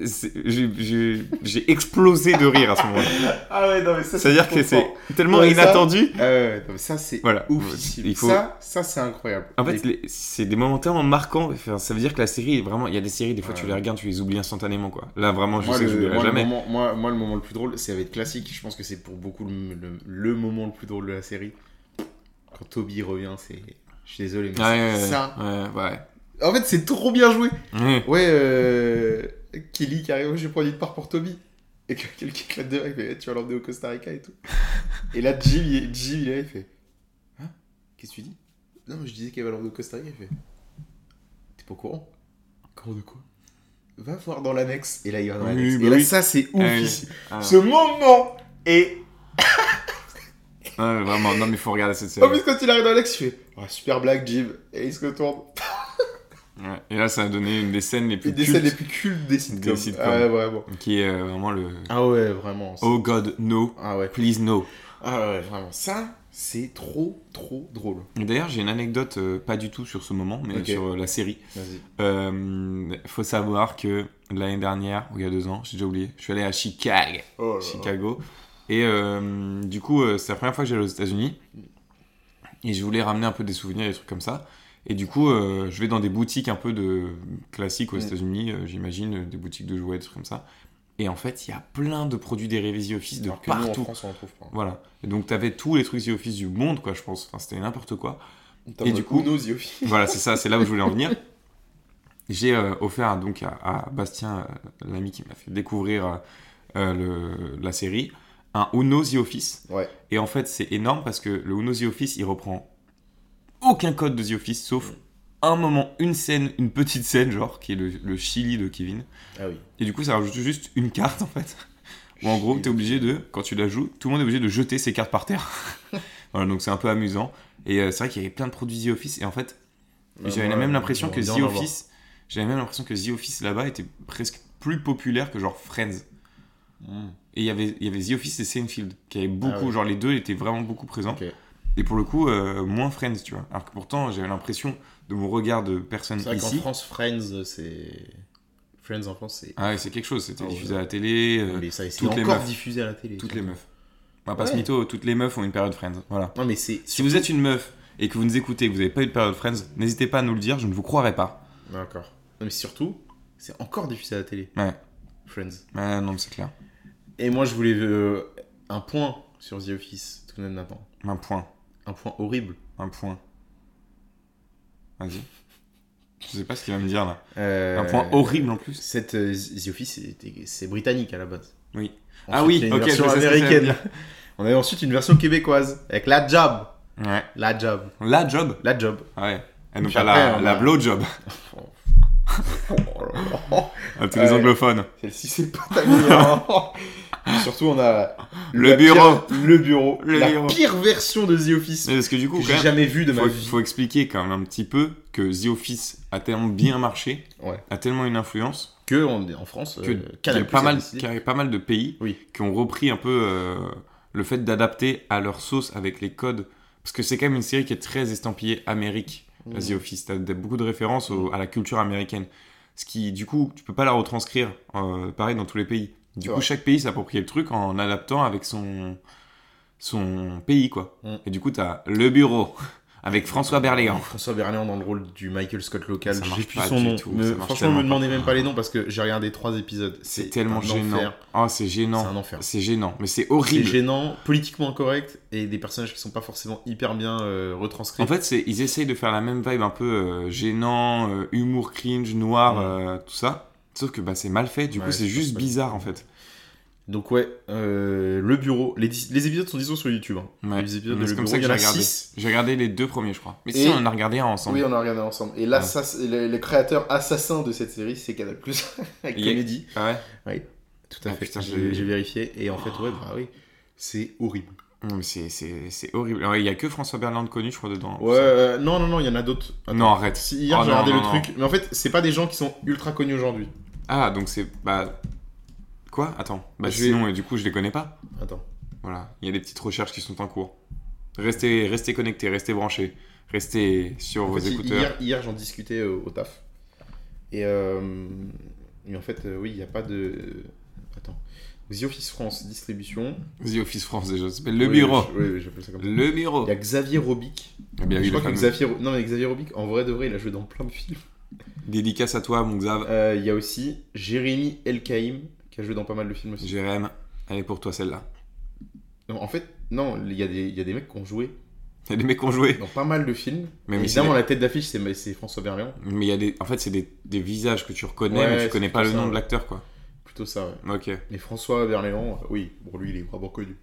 Speaker 3: c'est- j'ai- j'ai j'ai explosé de rire à ce moment-là.
Speaker 4: Ah ouais, non, mais ça
Speaker 3: C'est-à-dire que c'est tellement
Speaker 4: Ouais, ça-
Speaker 3: inattendu.
Speaker 4: Euh, non, mais ça c'est
Speaker 3: Voilà.
Speaker 4: oufissime.
Speaker 3: Il faut-
Speaker 4: Ça, ça c'est incroyable.
Speaker 3: En fait, les- c'est des moments tellement marquants. Enfin, ça veut dire que la série est vraiment. Il y a des séries, des fois, tu
Speaker 4: Ouais.
Speaker 3: les regardes, tu les oublies instantanément, quoi. Là, vraiment, je
Speaker 4: moi,
Speaker 3: sais que
Speaker 4: le,
Speaker 3: je l'oublierai
Speaker 4: moi, le
Speaker 3: jamais.
Speaker 4: moment, moi, moi, le moment le plus drôle, ça va être classique. Je pense que c'est pour beaucoup le, le- le moment le plus drôle de la série. Quand Toby revient, c'est. Je suis désolé, mais
Speaker 3: Ouais,
Speaker 4: c'est
Speaker 3: ouais, ouais,
Speaker 4: ça.
Speaker 3: Ouais, ouais.
Speaker 4: En fait, c'est trop bien joué.
Speaker 3: Mmh.
Speaker 4: Ouais, euh... Kelly qui arrive, j'ai pris une part pour Toby. Et que quelqu'un éclate de rire, il fait, Eh, tu vas l'emmener au Costa Rica et tout. et là, Jim, il, est- Jim, il est là, il fait, hein Qu'est-ce que tu dis Non, mais je disais qu'elle va l'emmener au Costa Rica, il fait, t'es pas au courant Courant de quoi Va voir dans l'annexe. Et là, il va dans
Speaker 3: Oui,
Speaker 4: l'annexe.
Speaker 3: bah
Speaker 4: et là,
Speaker 3: oui.
Speaker 4: ça, c'est
Speaker 3: Ah oui.
Speaker 4: ouf. ici.
Speaker 3: Ah,
Speaker 4: Ce moment est...
Speaker 3: ouais, vraiment, non, mais faut regarder cette série.
Speaker 4: En plus, quand il arrive dans l'annexe, il fait, Ah, super blague, Jim. Et il se retourne.
Speaker 3: Ouais. Et là, ça a donné une des scènes les plus.
Speaker 4: Une des
Speaker 3: cultes,
Speaker 4: scènes les plus cultes des sitcoms.
Speaker 3: sitcoms.
Speaker 4: Ah ouais, vraiment.
Speaker 3: Qui est euh, vraiment le.
Speaker 4: Ah ouais, vraiment. c'est-
Speaker 3: Oh God, no.
Speaker 4: Ah ouais.
Speaker 3: Please, no.
Speaker 4: Ah ouais, vraiment. Ça, c'est trop, trop drôle.
Speaker 3: Et D'ailleurs, j'ai une anecdote, euh, pas du tout sur ce moment, mais
Speaker 4: Ok.
Speaker 3: sur euh, la série.
Speaker 4: Vas-y.
Speaker 3: Euh, faut savoir que l'année dernière, ou il y a deux ans, j'ai déjà oublié, je suis allé à Chicago.
Speaker 4: Oh
Speaker 3: Chicago. Et euh, du coup, euh, c'est la première fois que j'allais aux États-Unis. Et je voulais ramener un peu des souvenirs, des trucs comme ça. Et du coup, euh, je vais dans des boutiques un peu de classiques aux
Speaker 4: Mm.
Speaker 3: États-Unis, euh, j'imagine, euh, des boutiques de jouets, des trucs comme ça. Et en fait, il y a plein de produits dérivés The Office de
Speaker 4: Alors que nous, en
Speaker 3: partout.
Speaker 4: France, on en trouve pas.
Speaker 3: voilà. Et donc, t'avais tous les trucs The Office du monde, quoi, je pense. Enfin, c'était n'importe quoi.
Speaker 4: Putain,
Speaker 3: Et
Speaker 4: bah,
Speaker 3: du coup-
Speaker 4: Uno, The Office.
Speaker 3: voilà, c'est ça, c'est là où je voulais en venir. J'ai euh, offert donc à, à Bastien, euh, l'ami qui m'a fait découvrir euh, euh, le- la série, un Uno The Office.
Speaker 4: Ouais.
Speaker 3: Et en fait, c'est énorme parce que le Uno The Office, il reprend aucun code de The Office sauf un moment, une scène, une petite scène, genre, qui est le, le Chili de Kevin.
Speaker 4: Ah oui.
Speaker 3: Et du coup, ça rajoute juste une carte en
Speaker 4: <laughs>
Speaker 3: fait. Ou en gros, t'es obligé de, quand tu la joues, tout le monde est obligé de jeter ses cartes par
Speaker 4: <laughs>
Speaker 3: terre. voilà, donc c'est un peu amusant. Et euh, c'est vrai qu'il y avait plein de produits The Office. Et en fait,
Speaker 4: Bah,
Speaker 3: j'avais
Speaker 4: moi,
Speaker 3: même l'impression que
Speaker 4: j'aimerais
Speaker 3: The
Speaker 4: bien en avoir.
Speaker 3: Office, j'avais même l'impression que The Office là-bas était presque plus populaire que genre Friends.
Speaker 4: Mm.
Speaker 3: Et il y avait, il y avait The Office et Seinfeld, qui avaient beaucoup,
Speaker 4: Ah ouais.
Speaker 3: genre les deux étaient vraiment beaucoup présents.
Speaker 4: Ok.
Speaker 3: Et pour le coup, euh, moins Friends, tu vois. Alors que pourtant, j'avais l'impression de mon regard de personne
Speaker 4: C'est vrai qu'en
Speaker 3: ici.
Speaker 4: France, Friends, euh, c'est. Friends en France, c'est.
Speaker 3: Ah ouais, c'est quelque chose, c'était
Speaker 4: Ah ouais.
Speaker 3: diffusé à la télé. euh,
Speaker 4: mais ça, c'est
Speaker 3: toutes les
Speaker 4: encore
Speaker 3: meufs.
Speaker 4: diffusé à la télé.
Speaker 3: Toutes
Speaker 4: surtout.
Speaker 3: les meufs. On va pas se
Speaker 4: Ouais.
Speaker 3: mytho, toutes les meufs ont une période Friends. Voilà.
Speaker 4: Non, mais c'est.
Speaker 3: Si vous êtes une meuf et que vous nous écoutez et que vous n'avez pas eu de période Friends, n'hésitez pas à nous le dire, je ne vous croirai pas.
Speaker 4: D'accord. Non, mais surtout, c'est encore diffusé à la télé.
Speaker 3: Ouais.
Speaker 4: Friends.
Speaker 3: Ah, non, c'est clair.
Speaker 4: Et moi, je voulais euh, un point sur The Office, tout de même, Nathan.
Speaker 3: Un point.
Speaker 4: Un point horrible.
Speaker 3: Un point. Vas-y. Je sais pas ce qu'il va me dire là.
Speaker 4: Euh,
Speaker 3: Un point horrible en plus.
Speaker 4: Cette euh, The Office, c'était- c'est britannique à la base.
Speaker 3: Oui.
Speaker 4: Ensuite,
Speaker 3: Ah oui,
Speaker 4: il y a une
Speaker 3: ok,
Speaker 4: version
Speaker 3: je sais ce que ça veut
Speaker 4: américaine.
Speaker 3: dire.
Speaker 4: <laughs> On a ensuite une version québécoise avec la job,
Speaker 3: Ouais.
Speaker 4: la job,
Speaker 3: La job.
Speaker 4: la job. <laughs>
Speaker 3: Ouais. Et donc
Speaker 4: Puis
Speaker 3: à
Speaker 4: après,
Speaker 3: la,
Speaker 4: on
Speaker 3: la
Speaker 4: a-
Speaker 3: blow job. <laughs> À tous les
Speaker 4: Ouais.
Speaker 3: anglophones.
Speaker 4: Celle-ci, c'est pas ta
Speaker 3: <laughs>
Speaker 4: meilleure. Et Surtout, on a
Speaker 3: Le
Speaker 4: la
Speaker 3: bureau.
Speaker 4: pire- le bureau,
Speaker 3: Le
Speaker 4: la
Speaker 3: bureau.
Speaker 4: pire version de The Office
Speaker 3: Mais Parce que du coup,
Speaker 4: que
Speaker 3: quand
Speaker 4: j'ai
Speaker 3: même,
Speaker 4: jamais vue de ma
Speaker 3: faut,
Speaker 4: vie.
Speaker 3: faut expliquer quand même un petit peu que The Office a tellement bien marché,
Speaker 4: Ouais.
Speaker 3: a tellement une influence
Speaker 4: Que on est en France,
Speaker 3: que
Speaker 4: euh,
Speaker 3: qu'il y a
Speaker 4: Canal+
Speaker 3: pas
Speaker 4: a
Speaker 3: mal,
Speaker 4: décidé.
Speaker 3: qu'il y a pas mal de pays
Speaker 4: Oui.
Speaker 3: qui ont repris un peu euh, le fait d'adapter à leur sauce avec les codes. Parce que c'est quand même une série qui est très estampillée Amérique,
Speaker 4: Mm.
Speaker 3: The Office. T'as des- beaucoup de références au- à la culture américaine. Ce qui, du coup, tu peux pas la retranscrire euh, pareil dans tous les pays. Du
Speaker 4: C'est
Speaker 3: coup,
Speaker 4: vrai.
Speaker 3: chaque pays s'approprie le truc en adaptant avec son, son pays, quoi.
Speaker 4: Mm.
Speaker 3: Et du coup, t'as Le Bureau avec François Berléand.
Speaker 4: Euh, François Berléand dans le rôle du Michael Scott local.
Speaker 3: Ça marche
Speaker 4: J'ai plus
Speaker 3: pas
Speaker 4: son
Speaker 3: du
Speaker 4: nom.
Speaker 3: tout,
Speaker 4: Me-
Speaker 3: ça marche
Speaker 4: franchement, ne me
Speaker 3: tellement
Speaker 4: demandez même pas les noms parce que j'ai regardé trois épisodes.
Speaker 3: C'est tellement
Speaker 4: un
Speaker 3: gênant.
Speaker 4: enfer.
Speaker 3: Oh, c'est
Speaker 4: C'est
Speaker 3: gênant.
Speaker 4: un enfer.
Speaker 3: C'est gênant. Mais c'est
Speaker 4: C'est
Speaker 3: horrible.
Speaker 4: gênant, politiquement incorrect et des personnages qui sont pas forcément hyper bien euh, retranscrits.
Speaker 3: En fait, c'est- ils essayent de faire la même vibe un peu euh, gênant, euh, humour cringe, noir,
Speaker 4: Ouais.
Speaker 3: euh, tout ça. Sauf que bah, c'est mal fait, du
Speaker 4: Ouais,
Speaker 3: coup c'est
Speaker 4: c'est
Speaker 3: juste
Speaker 4: pas-
Speaker 3: bizarre en fait.
Speaker 4: Donc ouais, euh, le bureau. Les, dis- les épisodes sont disons sur YouTube. hein.
Speaker 3: Ouais.
Speaker 4: Les épisodes
Speaker 3: Mais
Speaker 4: de
Speaker 3: c'est
Speaker 4: le
Speaker 3: comme
Speaker 4: bureau,
Speaker 3: ça
Speaker 4: il
Speaker 3: que
Speaker 4: y
Speaker 3: j'ai
Speaker 4: en a
Speaker 3: regardé.
Speaker 4: six.
Speaker 3: J'ai regardé les deux premiers, je crois. Mais
Speaker 4: Et-
Speaker 3: si, on en a regardé un ensemble.
Speaker 4: Oui, on a regardé ensemble. Et là,
Speaker 3: Ouais.
Speaker 4: ça, c'est- le, le créateur assassin de cette série, c'est Canal Plus <laughs> avec
Speaker 3: Il y a-
Speaker 4: comédie.
Speaker 3: Ah ouais
Speaker 4: Tout à
Speaker 3: Ah,
Speaker 4: fait.
Speaker 3: putain, j'ai-
Speaker 4: J'ai j'ai vérifié et en fait, ouais, bah oui, c'est horrible.
Speaker 3: Non, mais c'est- C'est c'est horrible. Ouais, Il y a que François Berland connu, je crois, dedans.
Speaker 4: Ouais, euh, non, non, non, il y en a d'autres. Attends.
Speaker 3: Non, arrête.
Speaker 4: Si, hier,
Speaker 3: Oh,
Speaker 4: j'ai
Speaker 3: non,
Speaker 4: regardé
Speaker 3: non,
Speaker 4: le
Speaker 3: non.
Speaker 4: truc. Mais en fait, c'est pas des gens qui sont ultra connus aujourd'hui.
Speaker 3: Ah, donc c'est. Bah. Quoi Attends. Bah,
Speaker 4: Je vais-
Speaker 3: sinon, euh, du coup, je les connais pas.
Speaker 4: Attends.
Speaker 3: Voilà. Il y a des petites recherches qui sont en cours. Restez, restez connectés, restez branchés, restez sur
Speaker 4: En
Speaker 3: vos
Speaker 4: fait, hi-
Speaker 3: écouteurs.
Speaker 4: hier, hier, j'en discutais euh, au taf. Et, euh, et en fait, euh, oui, il n'y a pas de. Attends. The Office France Distribution.
Speaker 3: The Office France, déjà, ça s'appelle Le
Speaker 4: Oui,
Speaker 3: Bureau.
Speaker 4: je- Oui, oui, j'appelle ça comme ça.
Speaker 3: Le Bureau.
Speaker 4: Il y a Xavier Robic.
Speaker 3: Eh bien,
Speaker 4: je
Speaker 3: oui, le
Speaker 4: crois que
Speaker 3: fameux.
Speaker 4: Xavier... Ro- Non, mais Xavier Robic, en vrai de vrai, il a joué dans plein de films.
Speaker 3: Dédicace à toi, mon Xav.
Speaker 4: Euh, Il y a aussi Jérémy Elkaïm, qui a joué dans pas mal de films aussi.
Speaker 3: Jérém, elle est pour toi celle-là.
Speaker 4: Non, en fait, non, il y, a des- il y a des mecs qui ont joué
Speaker 3: Il y a des mecs qui ont joué.
Speaker 4: dans pas mal de films.
Speaker 3: Mais, mais c'est
Speaker 4: Évidemment,
Speaker 3: des-
Speaker 4: la tête d'affiche, c'est c'est François Berléand.
Speaker 3: mais il y a des... en fait, c'est des... des visages que tu reconnais,
Speaker 4: Ouais,
Speaker 3: mais tu
Speaker 4: c'est
Speaker 3: connais pas le
Speaker 4: plutôt
Speaker 3: nom
Speaker 4: ça,
Speaker 3: de
Speaker 4: ouais.
Speaker 3: l'acteur, quoi.
Speaker 4: Plutôt ça, ouais.
Speaker 3: Ok.
Speaker 4: Mais François Berléand, euh, oui, bon, lui, il est vraiment connu.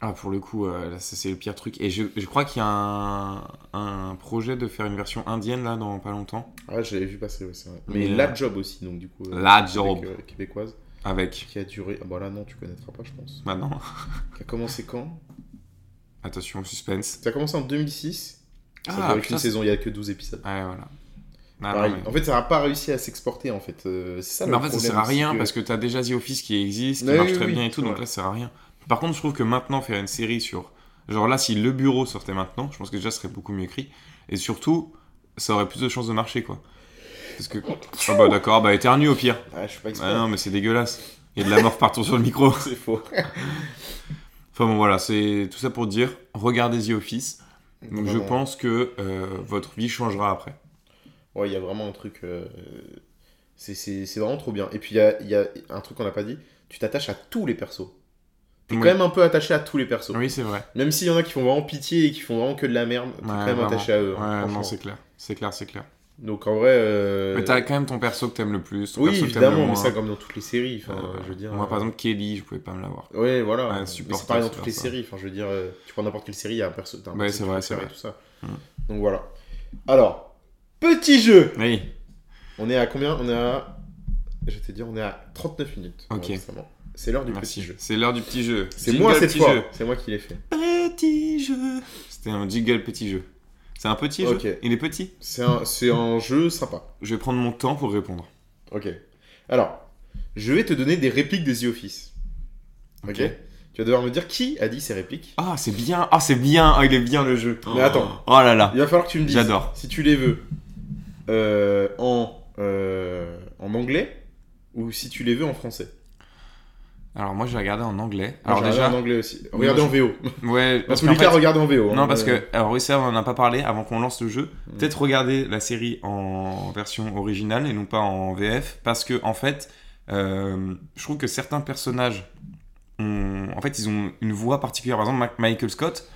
Speaker 3: Ah, pour le coup, euh, là, ça, c'est le pire truc. Et je, je crois qu'il y a un... un projet de faire une version indienne, là, dans pas longtemps.
Speaker 4: Ah, j'avais vu passer, ouais, c'est vrai. Mais
Speaker 3: Mais,
Speaker 4: La
Speaker 3: euh,
Speaker 4: Job aussi, donc du coup. euh,
Speaker 3: La
Speaker 4: avec,
Speaker 3: Job.
Speaker 4: euh, québécoise,
Speaker 3: Avec.
Speaker 4: qui a duré. Ah, bah là, non, tu connaîtras pas, je pense.
Speaker 3: Maintenant,
Speaker 4: Qui a commencé quand
Speaker 3: attention, suspense.
Speaker 4: Ça a commencé en 2006.
Speaker 3: Ah,
Speaker 4: Ça a duré
Speaker 3: putain,
Speaker 4: qu'une
Speaker 3: c'est-
Speaker 4: saison, il y a que 12 épisodes.
Speaker 3: Ouais, voilà. Ah,
Speaker 4: Pareil.
Speaker 3: non, mais...
Speaker 4: En fait, ça n'a pas réussi à s'exporter, en fait. euh, c'est ça
Speaker 3: Mais
Speaker 4: le
Speaker 3: en fait, ça
Speaker 4: problème,
Speaker 3: sert à
Speaker 4: c'est
Speaker 3: rien
Speaker 4: que-
Speaker 3: parce que t'as déjà The Office qui existe, qui
Speaker 4: Ouais,
Speaker 3: marche
Speaker 4: oui,
Speaker 3: très
Speaker 4: oui,
Speaker 3: bien et
Speaker 4: c'est
Speaker 3: tout, donc
Speaker 4: vrai.
Speaker 3: là, ça sert à rien. Par contre, je trouve que maintenant, faire une série sur. Genre là, si Le Bureau sortait maintenant, je pense que déjà, ce serait beaucoup mieux écrit. Et surtout, ça aurait plus de chances de marcher, quoi. Parce que. Ah bah d'accord, bah éternue au pire.
Speaker 4: Ah, je suis pas expert.
Speaker 3: Ah non, mais c'est dégueulasse. Il y a de la mort partout sur le micro.
Speaker 4: <laughs> C'est faux.
Speaker 3: Enfin bon, voilà, c'est tout ça pour dire regardez The Office. <laughs> Donc je
Speaker 4: Vraiment.
Speaker 3: pense que euh, votre vie changera après.
Speaker 4: Ouais, il y a vraiment un truc. euh, c'est- C'est c'est vraiment trop bien. Et puis, il y a, il y a un truc qu'on n'a pas dit. Tu t'attaches à tous les persos. T'es
Speaker 3: Oui.
Speaker 4: quand même un peu attaché à tous les persos.
Speaker 3: Oui, c'est vrai.
Speaker 4: Même s'il y en a qui font vraiment pitié et qui font vraiment que de la merde, t'es
Speaker 3: Ouais,
Speaker 4: quand même
Speaker 3: vraiment.
Speaker 4: attaché à eux. hein,
Speaker 3: Ouais, non,
Speaker 4: franchement.
Speaker 3: c'est clair. C'est clair, c'est clair.
Speaker 4: Donc en vrai. euh,
Speaker 3: Mais t'as quand même ton perso que t'aimes le plus. Ton
Speaker 4: Oui,
Speaker 3: perso que t'aimes le
Speaker 4: évidemment,
Speaker 3: moins.
Speaker 4: mais ça comme dans toutes les séries. Enfin,
Speaker 3: Euh,
Speaker 4: je veux dire.
Speaker 3: Moi, par
Speaker 4: euh,
Speaker 3: exemple, Kelly, je pouvais pas me l'avoir.
Speaker 4: Ouais, voilà.
Speaker 3: Un
Speaker 4: Mais
Speaker 3: supporter,
Speaker 4: c'est pareil dans
Speaker 3: c'est
Speaker 4: toutes les
Speaker 3: ça.
Speaker 4: séries. Enfin, je veux dire, euh, tu prends n'importe quelle série, il y a un perso. t'as un
Speaker 3: Ouais,
Speaker 4: perso
Speaker 3: c'est
Speaker 4: qui
Speaker 3: vrai,
Speaker 4: peut
Speaker 3: c'est
Speaker 4: faire et
Speaker 3: vrai.
Speaker 4: Tout ça.
Speaker 3: Mm.
Speaker 4: Donc voilà. Alors, petit jeu.
Speaker 3: Oui,
Speaker 4: On est à combien On est à. Je vais te dire, on est à 39 minutes.
Speaker 3: Ok.
Speaker 4: justement. C'est l'heure du petit
Speaker 3: merci.
Speaker 4: jeu.
Speaker 3: C'est l'heure du petit jeu.
Speaker 4: C'est
Speaker 3: Jingle
Speaker 4: moi cette
Speaker 3: petit
Speaker 4: fois.
Speaker 3: jeu.
Speaker 4: C'est moi qui l'ai fait.
Speaker 3: Petit jeu. C'était un jiggle petit jeu. C'est un petit jeu.
Speaker 4: Ok.
Speaker 3: Il est petit.
Speaker 4: C'est un, c'est un jeu sympa.
Speaker 3: Je vais prendre mon temps pour répondre.
Speaker 4: Ok. Alors, je vais te donner des répliques de The Office. Ok.
Speaker 3: Ok.
Speaker 4: Tu vas devoir me dire qui a dit ces répliques.
Speaker 3: Ah, c'est bien. Ah, c'est bien. Ah, il est bien le jeu.
Speaker 4: Mais attends.
Speaker 3: Oh là là.
Speaker 4: Il va falloir que tu me dises.
Speaker 3: J'adore.
Speaker 4: Si tu les veux euh, en, euh, en anglais ou si tu les veux en français.
Speaker 3: Alors, moi, j'ai regardé en anglais.
Speaker 4: Moi,
Speaker 3: Alors,
Speaker 4: j'ai
Speaker 3: déjà.
Speaker 4: regardé en anglais aussi. Regardez en VO.
Speaker 3: Ouais,
Speaker 4: Parce
Speaker 3: parce
Speaker 4: que
Speaker 3: qu'en
Speaker 4: Lucas
Speaker 3: fait-
Speaker 4: regarde en VO. hein.
Speaker 3: Non, parce
Speaker 4: Euh,
Speaker 3: que, alors oui, ça, on en a pas parlé avant qu'on lance le jeu.
Speaker 4: Mm.
Speaker 3: Peut-être regarder la série en version originale et non pas en VF, parce que, en fait, euh, je trouve que certains personnages ont. En fait, ils ont une voix particulière. Par exemple, Ma- Michael Scott,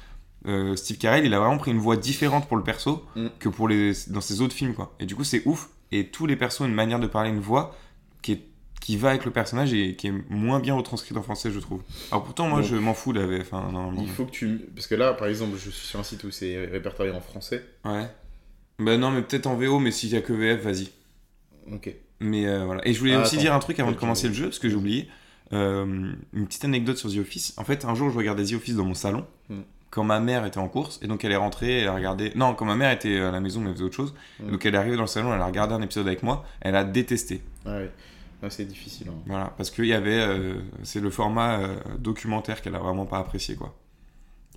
Speaker 3: euh, Steve Carell, il a vraiment pris une voix différente pour le perso
Speaker 4: Mm.
Speaker 3: que pour les, dans ses autres films, quoi. Et du coup, c'est ouf. Et tous les persos ont une manière de parler, une voix qui est qui va avec le personnage et qui est moins bien retranscrite en français je trouve. Alors pourtant moi
Speaker 4: Donc,
Speaker 3: je m'en fous de la VF hein, normalement.
Speaker 4: Il faut que tu. m- Parce que là, par exemple, je suis sur un site où c'est répertorié en français.
Speaker 3: Ouais. Bah non, mais peut-être en VO, mais s'il y a que VF, vas-y.
Speaker 4: Ok.
Speaker 3: Mais euh, voilà. Et je voulais
Speaker 4: Ah,
Speaker 3: aussi
Speaker 4: attends.
Speaker 3: dire un truc avant de
Speaker 4: Ok.
Speaker 3: commencer le jeu, parce que j'ai oublié. Euh, une petite anecdote sur The Office. En fait, un jour, je regardais The Office dans mon salon,
Speaker 4: Hmm.
Speaker 3: quand ma mère était en course, et donc elle est rentrée, elle a regardé. Non, quand ma mère était à la maison, mais elle faisait autre chose.
Speaker 4: Hmm.
Speaker 3: Donc elle est arrivée dans le salon, elle a regardé un épisode avec moi, elle a détesté.
Speaker 4: Ah ouais. Ah, c'est difficile. hein.
Speaker 3: Voilà, parce qu'il y avait. euh, c'est le format euh, documentaire qu'elle a vraiment pas apprécié, quoi.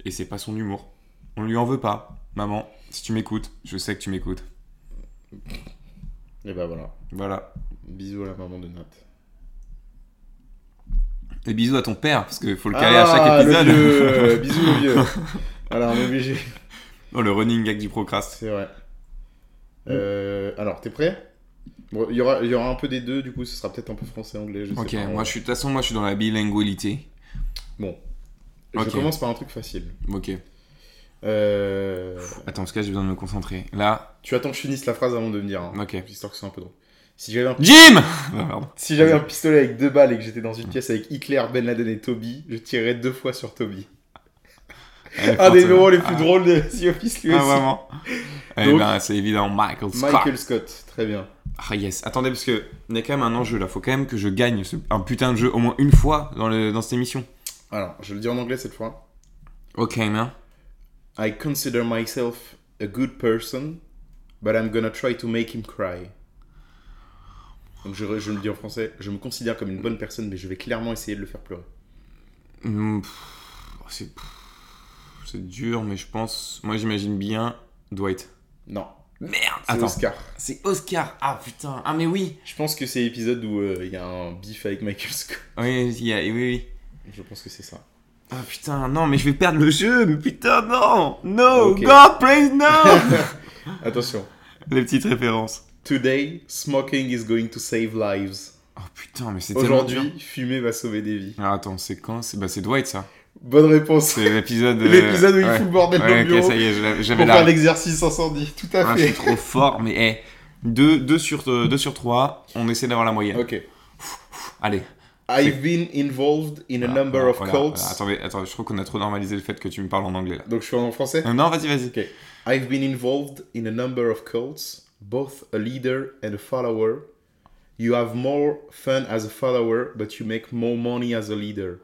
Speaker 3: Et c'est pas son humour. On lui en veut pas. Maman, si tu m'écoutes, je sais que tu m'écoutes.
Speaker 4: Et bah voilà.
Speaker 3: Voilà.
Speaker 4: Bisous à la maman de Nat.
Speaker 3: Et bisous à ton père, parce qu'il faut le caler à chaque
Speaker 4: Ah, le
Speaker 3: épisode. <laughs>
Speaker 4: vieux. Bisous le vieux. Alors on est obligé.
Speaker 3: oh, le running gag du procrast.
Speaker 4: C'est vrai.
Speaker 3: Mm.
Speaker 4: Euh, alors t'es prêt Bon, il y aura, il y aura un peu des deux. Du coup, ce sera peut-être un peu français anglais. Je
Speaker 3: Ok,
Speaker 4: sais pas.
Speaker 3: moi je suis de toute façon moi je suis dans la bilingualité.
Speaker 4: Bon. Je
Speaker 3: Ok.
Speaker 4: commence par un truc facile.
Speaker 3: Ok.
Speaker 4: Euh,
Speaker 3: Attends, parce que là j'ai besoin de me concentrer. Là,
Speaker 4: Tu attends que je finisse la phrase avant de me dire. hein,
Speaker 3: ok.
Speaker 4: Histoire que ce soit un peu drôle. Si j'avais un,
Speaker 3: Jim <laughs> Ah, pardon.
Speaker 4: si j'avais un pistolet avec deux balles et que j'étais dans
Speaker 3: Mm.
Speaker 4: une pièce avec Hitler, Ben Laden et Toby, je tirerais deux fois sur Toby.
Speaker 3: Allez,
Speaker 4: Un des
Speaker 3: François.
Speaker 4: numéros les plus
Speaker 3: Ah,
Speaker 4: drôles de The Office lui
Speaker 3: Ah,
Speaker 4: aussi. <laughs>
Speaker 3: vraiment Eh
Speaker 4: Donc-
Speaker 3: ben, c'est évident, Michael Scott.
Speaker 4: Michael Scott, très bien.
Speaker 3: Ah yes, attendez, parce que il y a quand même un enjeu là. Faut quand même que je gagne ce- un putain de jeu au moins une fois dans, le... dans cette émission.
Speaker 4: Alors, je le dis en anglais cette fois.
Speaker 3: Ok, hein. man.
Speaker 4: I consider myself a good person, but I'm gonna try to make him cry. Donc je, je le dis en français, je me considère comme une bonne personne, mais je vais clairement essayer de le faire pleurer.
Speaker 3: Hmm, pff, C'est pff, c'est dur, mais je pense. Moi j'imagine bien Dwight.
Speaker 4: Non,
Speaker 3: Merde
Speaker 4: c'est
Speaker 3: Attends.
Speaker 4: Oscar.
Speaker 3: C'est Oscar. Ah putain. Ah mais oui.
Speaker 4: Je pense que c'est l'épisode où euh, il y a un beef avec Michael Scott.
Speaker 3: Oui, il y a- oui, oui.
Speaker 4: Je pense que c'est ça.
Speaker 3: Ah putain, non, mais je vais perdre le jeu. Mais putain, non. No,
Speaker 4: Ok.
Speaker 3: God, please, no.
Speaker 4: <laughs> Attention.
Speaker 3: Les petites références.
Speaker 4: Today, smoking is going to save lives.
Speaker 3: Oh putain, mais c'est tellement dur.
Speaker 4: Aujourd'hui, fumer va sauver des vies.
Speaker 3: Alors attends, c'est quand C'est bah c'est Dwight ça.
Speaker 4: Bonne réponse. <laughs>
Speaker 3: C'est l'épisode. euh,
Speaker 4: L'épisode où il
Speaker 3: ouais.
Speaker 4: fout le bordel dans
Speaker 3: Ouais,
Speaker 4: le
Speaker 3: ok,
Speaker 4: bureau
Speaker 3: ça y est, je l'avais- j'avais
Speaker 4: pour faire
Speaker 3: la.
Speaker 4: l'exercice incendie. Tout à
Speaker 3: Ah, je suis
Speaker 4: fait.
Speaker 3: trop fort, mais eh. 2 sur 2 sur 3, on essaie d'avoir la moyenne.
Speaker 4: ok.
Speaker 3: Allez.
Speaker 4: I've been involved in a
Speaker 3: Voilà,
Speaker 4: number
Speaker 3: voilà,
Speaker 4: of
Speaker 3: voilà,
Speaker 4: cults.
Speaker 3: voilà. Attendez, attendez, je trouve qu'on a trop normalisé le fait que tu me parles en anglais là.
Speaker 4: Donc je suis en français.
Speaker 3: Euh, Non, vas-y, vas-y.
Speaker 4: I've been involved in a number of cults, both a leader and a follower. You have more fun as a follower, but you make more money as a leader.